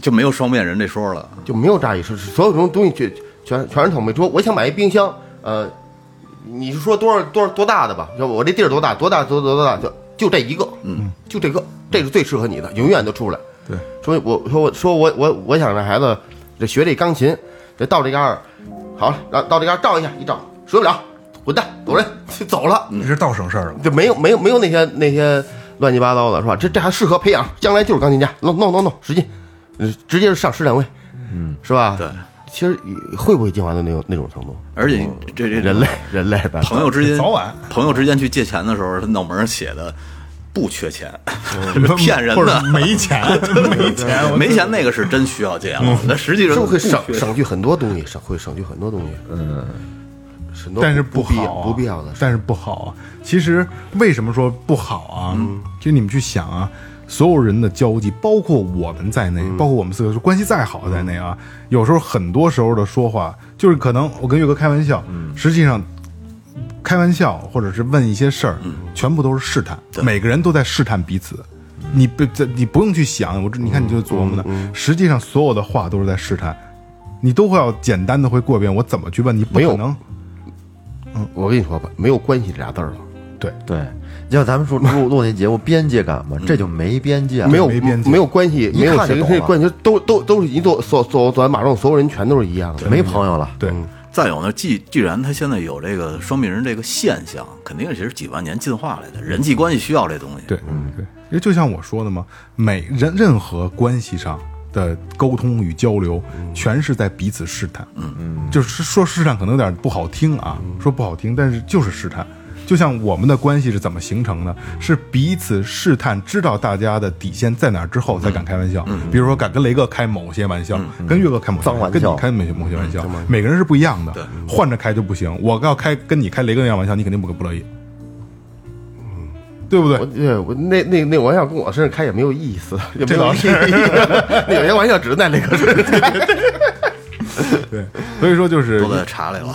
[SPEAKER 4] 就没有双面人这说了。
[SPEAKER 2] 就没有诈欺，是是所有种东西全全全是透明。说我想买一冰箱，呃，你是说多少多少多大的吧？要不我这地儿多大多大多多多大，就就这一个，嗯，就这个，这是最适合你的，永远都出不来。
[SPEAKER 1] 对，
[SPEAKER 2] 说我说我说我我我想让孩子这学这钢琴，这到这嘎儿，好了，到到这嘎儿照一下一照，学不了，滚蛋，走人， 就走了。
[SPEAKER 1] 这是倒省事儿了。
[SPEAKER 2] 就没有没有没有那些那些乱七八糟的，是吧？这这还适合培养，将来就是钢琴家，弄弄弄弄，使劲，呃直接上市两位，嗯，是吧？
[SPEAKER 4] 对，
[SPEAKER 2] 其实也会不会进化到那种那种程度？
[SPEAKER 4] 而且这这
[SPEAKER 2] 人类人类的
[SPEAKER 4] 朋友之间，
[SPEAKER 1] 早晚
[SPEAKER 4] 朋友之间去借钱的时候，他脑门上写的不缺钱， 骗人
[SPEAKER 1] 嗯或者
[SPEAKER 4] 的。
[SPEAKER 1] 没钱，没钱，我嗯
[SPEAKER 4] 没钱那个是真需要借了，那实际上
[SPEAKER 2] 是不是会省
[SPEAKER 4] 不缺
[SPEAKER 2] 省去很多东西？省会省去很多东西，嗯，很多
[SPEAKER 1] 但是
[SPEAKER 2] 不必
[SPEAKER 1] 好啊、
[SPEAKER 2] 不必要的事。
[SPEAKER 1] 但是不好啊。其实为什么说不好啊？
[SPEAKER 2] 嗯
[SPEAKER 1] 就你们去想啊，所有人的交际，包括我们在内，
[SPEAKER 2] 嗯
[SPEAKER 1] 包括我们四个，关系再好在内啊，有时候很多时候的说话，就是可能我跟岳哥开玩笑，
[SPEAKER 2] 嗯
[SPEAKER 1] 实际上。开玩笑，或者是问一些事儿，
[SPEAKER 2] 嗯
[SPEAKER 1] 全部都是试探，每个人都在试探彼此。
[SPEAKER 2] 嗯
[SPEAKER 1] 你不，这你不用去想，我这你看你就是琢磨的，实际上所有的话都是在试探，你都会要简单的会过一遍，我怎么去问你？不
[SPEAKER 2] 没有嗯
[SPEAKER 1] 可能，
[SPEAKER 2] 我跟你说吧，没有关系这俩字儿了。
[SPEAKER 1] 对，
[SPEAKER 3] 对，你像咱们说录录那节目边界感嘛，这就没边界了，
[SPEAKER 2] 没有
[SPEAKER 1] 没边界
[SPEAKER 2] 没有关系，
[SPEAKER 3] 一
[SPEAKER 2] 没有
[SPEAKER 3] 看就
[SPEAKER 2] 谁
[SPEAKER 3] 懂
[SPEAKER 2] 谁
[SPEAKER 3] 了
[SPEAKER 2] 关系，都都都是一座走走走完马路，所有人全都是一样的。
[SPEAKER 3] 没朋友了，
[SPEAKER 1] 对，
[SPEAKER 4] 再有呢，既既然他现在有这个双面人这个现象，肯定是几万年进化来的，人际关系需要这东西。
[SPEAKER 1] 对，对，因为就像我说的嘛，每任任何关系上的沟通与交流，全是在彼此试探。嗯嗯，就是说试探可能有点不好听啊，说不好听，但是就是试探。就像我们的关系是怎么形成的？是彼此试探，知道大家的底线在哪儿之后，才敢开玩笑。比如说，敢跟雷哥开某些玩笑，跟岳哥开某些
[SPEAKER 3] 脏玩
[SPEAKER 1] 跟
[SPEAKER 3] 笑
[SPEAKER 1] 你开某些某些玩笑，每个人是不一样的，换着开就不行。我要开跟你开雷哥那样玩笑，你肯定不不乐意，对不对
[SPEAKER 2] 我？对我那那那玩笑跟我身上开也没有意思，也没
[SPEAKER 1] 这
[SPEAKER 2] 有
[SPEAKER 1] 倒
[SPEAKER 2] 意
[SPEAKER 1] 是
[SPEAKER 2] 义。 那有些玩笑只是在那个
[SPEAKER 1] 对，所以说就是
[SPEAKER 4] 都在茶里了，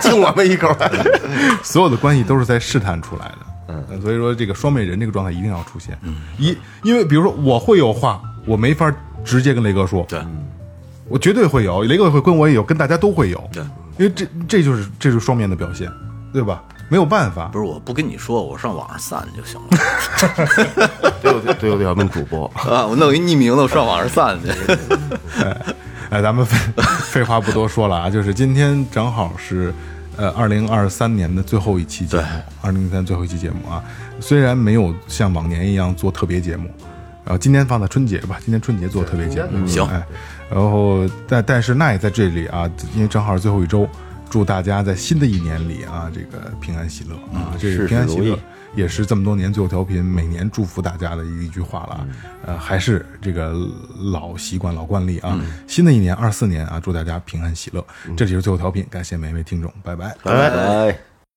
[SPEAKER 2] 敬我们一口。
[SPEAKER 1] 所有的关系都是在试探出来的。嗯，所以说这个双面人这个状态一定要出现。
[SPEAKER 4] 嗯
[SPEAKER 1] 一，因为比如说我会有话，我没法直接跟雷哥说，
[SPEAKER 4] 对，
[SPEAKER 1] 我绝对会有，雷哥也会跟我也有，跟大家都会有。
[SPEAKER 4] 对，
[SPEAKER 1] 因为这这就是这就是双面的表现，对吧？没有办法
[SPEAKER 4] 不。是，我不跟你说，我上网上散就行了
[SPEAKER 2] 得有得有两名主播，
[SPEAKER 4] 啊！我弄一匿名的，我上网上散去。
[SPEAKER 1] 哎，咱们废废话不多说了啊，就是今天正好是呃二零二三年的最后一期节目，二零零三最后一期节目啊。虽然没有像往年一样做特别节目，然后今天放在春节吧，今天春节做特别节目，
[SPEAKER 4] 行
[SPEAKER 1] 哎，然后但但是那也在这里啊，因为正好是最后一周，祝大家在新的一年里啊，这个平安喜乐啊，这
[SPEAKER 3] 事
[SPEAKER 1] 是
[SPEAKER 3] 事
[SPEAKER 1] 平安喜
[SPEAKER 3] 如
[SPEAKER 1] 乐
[SPEAKER 3] 意。
[SPEAKER 1] 也是这么多年最后调频每年祝福大家的一句话了啊，呃，还是这个老习惯老惯例啊。新的一嗯年二四年啊，祝大家平安喜乐。这里是最后调频，感谢每一位听众，拜拜。
[SPEAKER 3] 拜拜。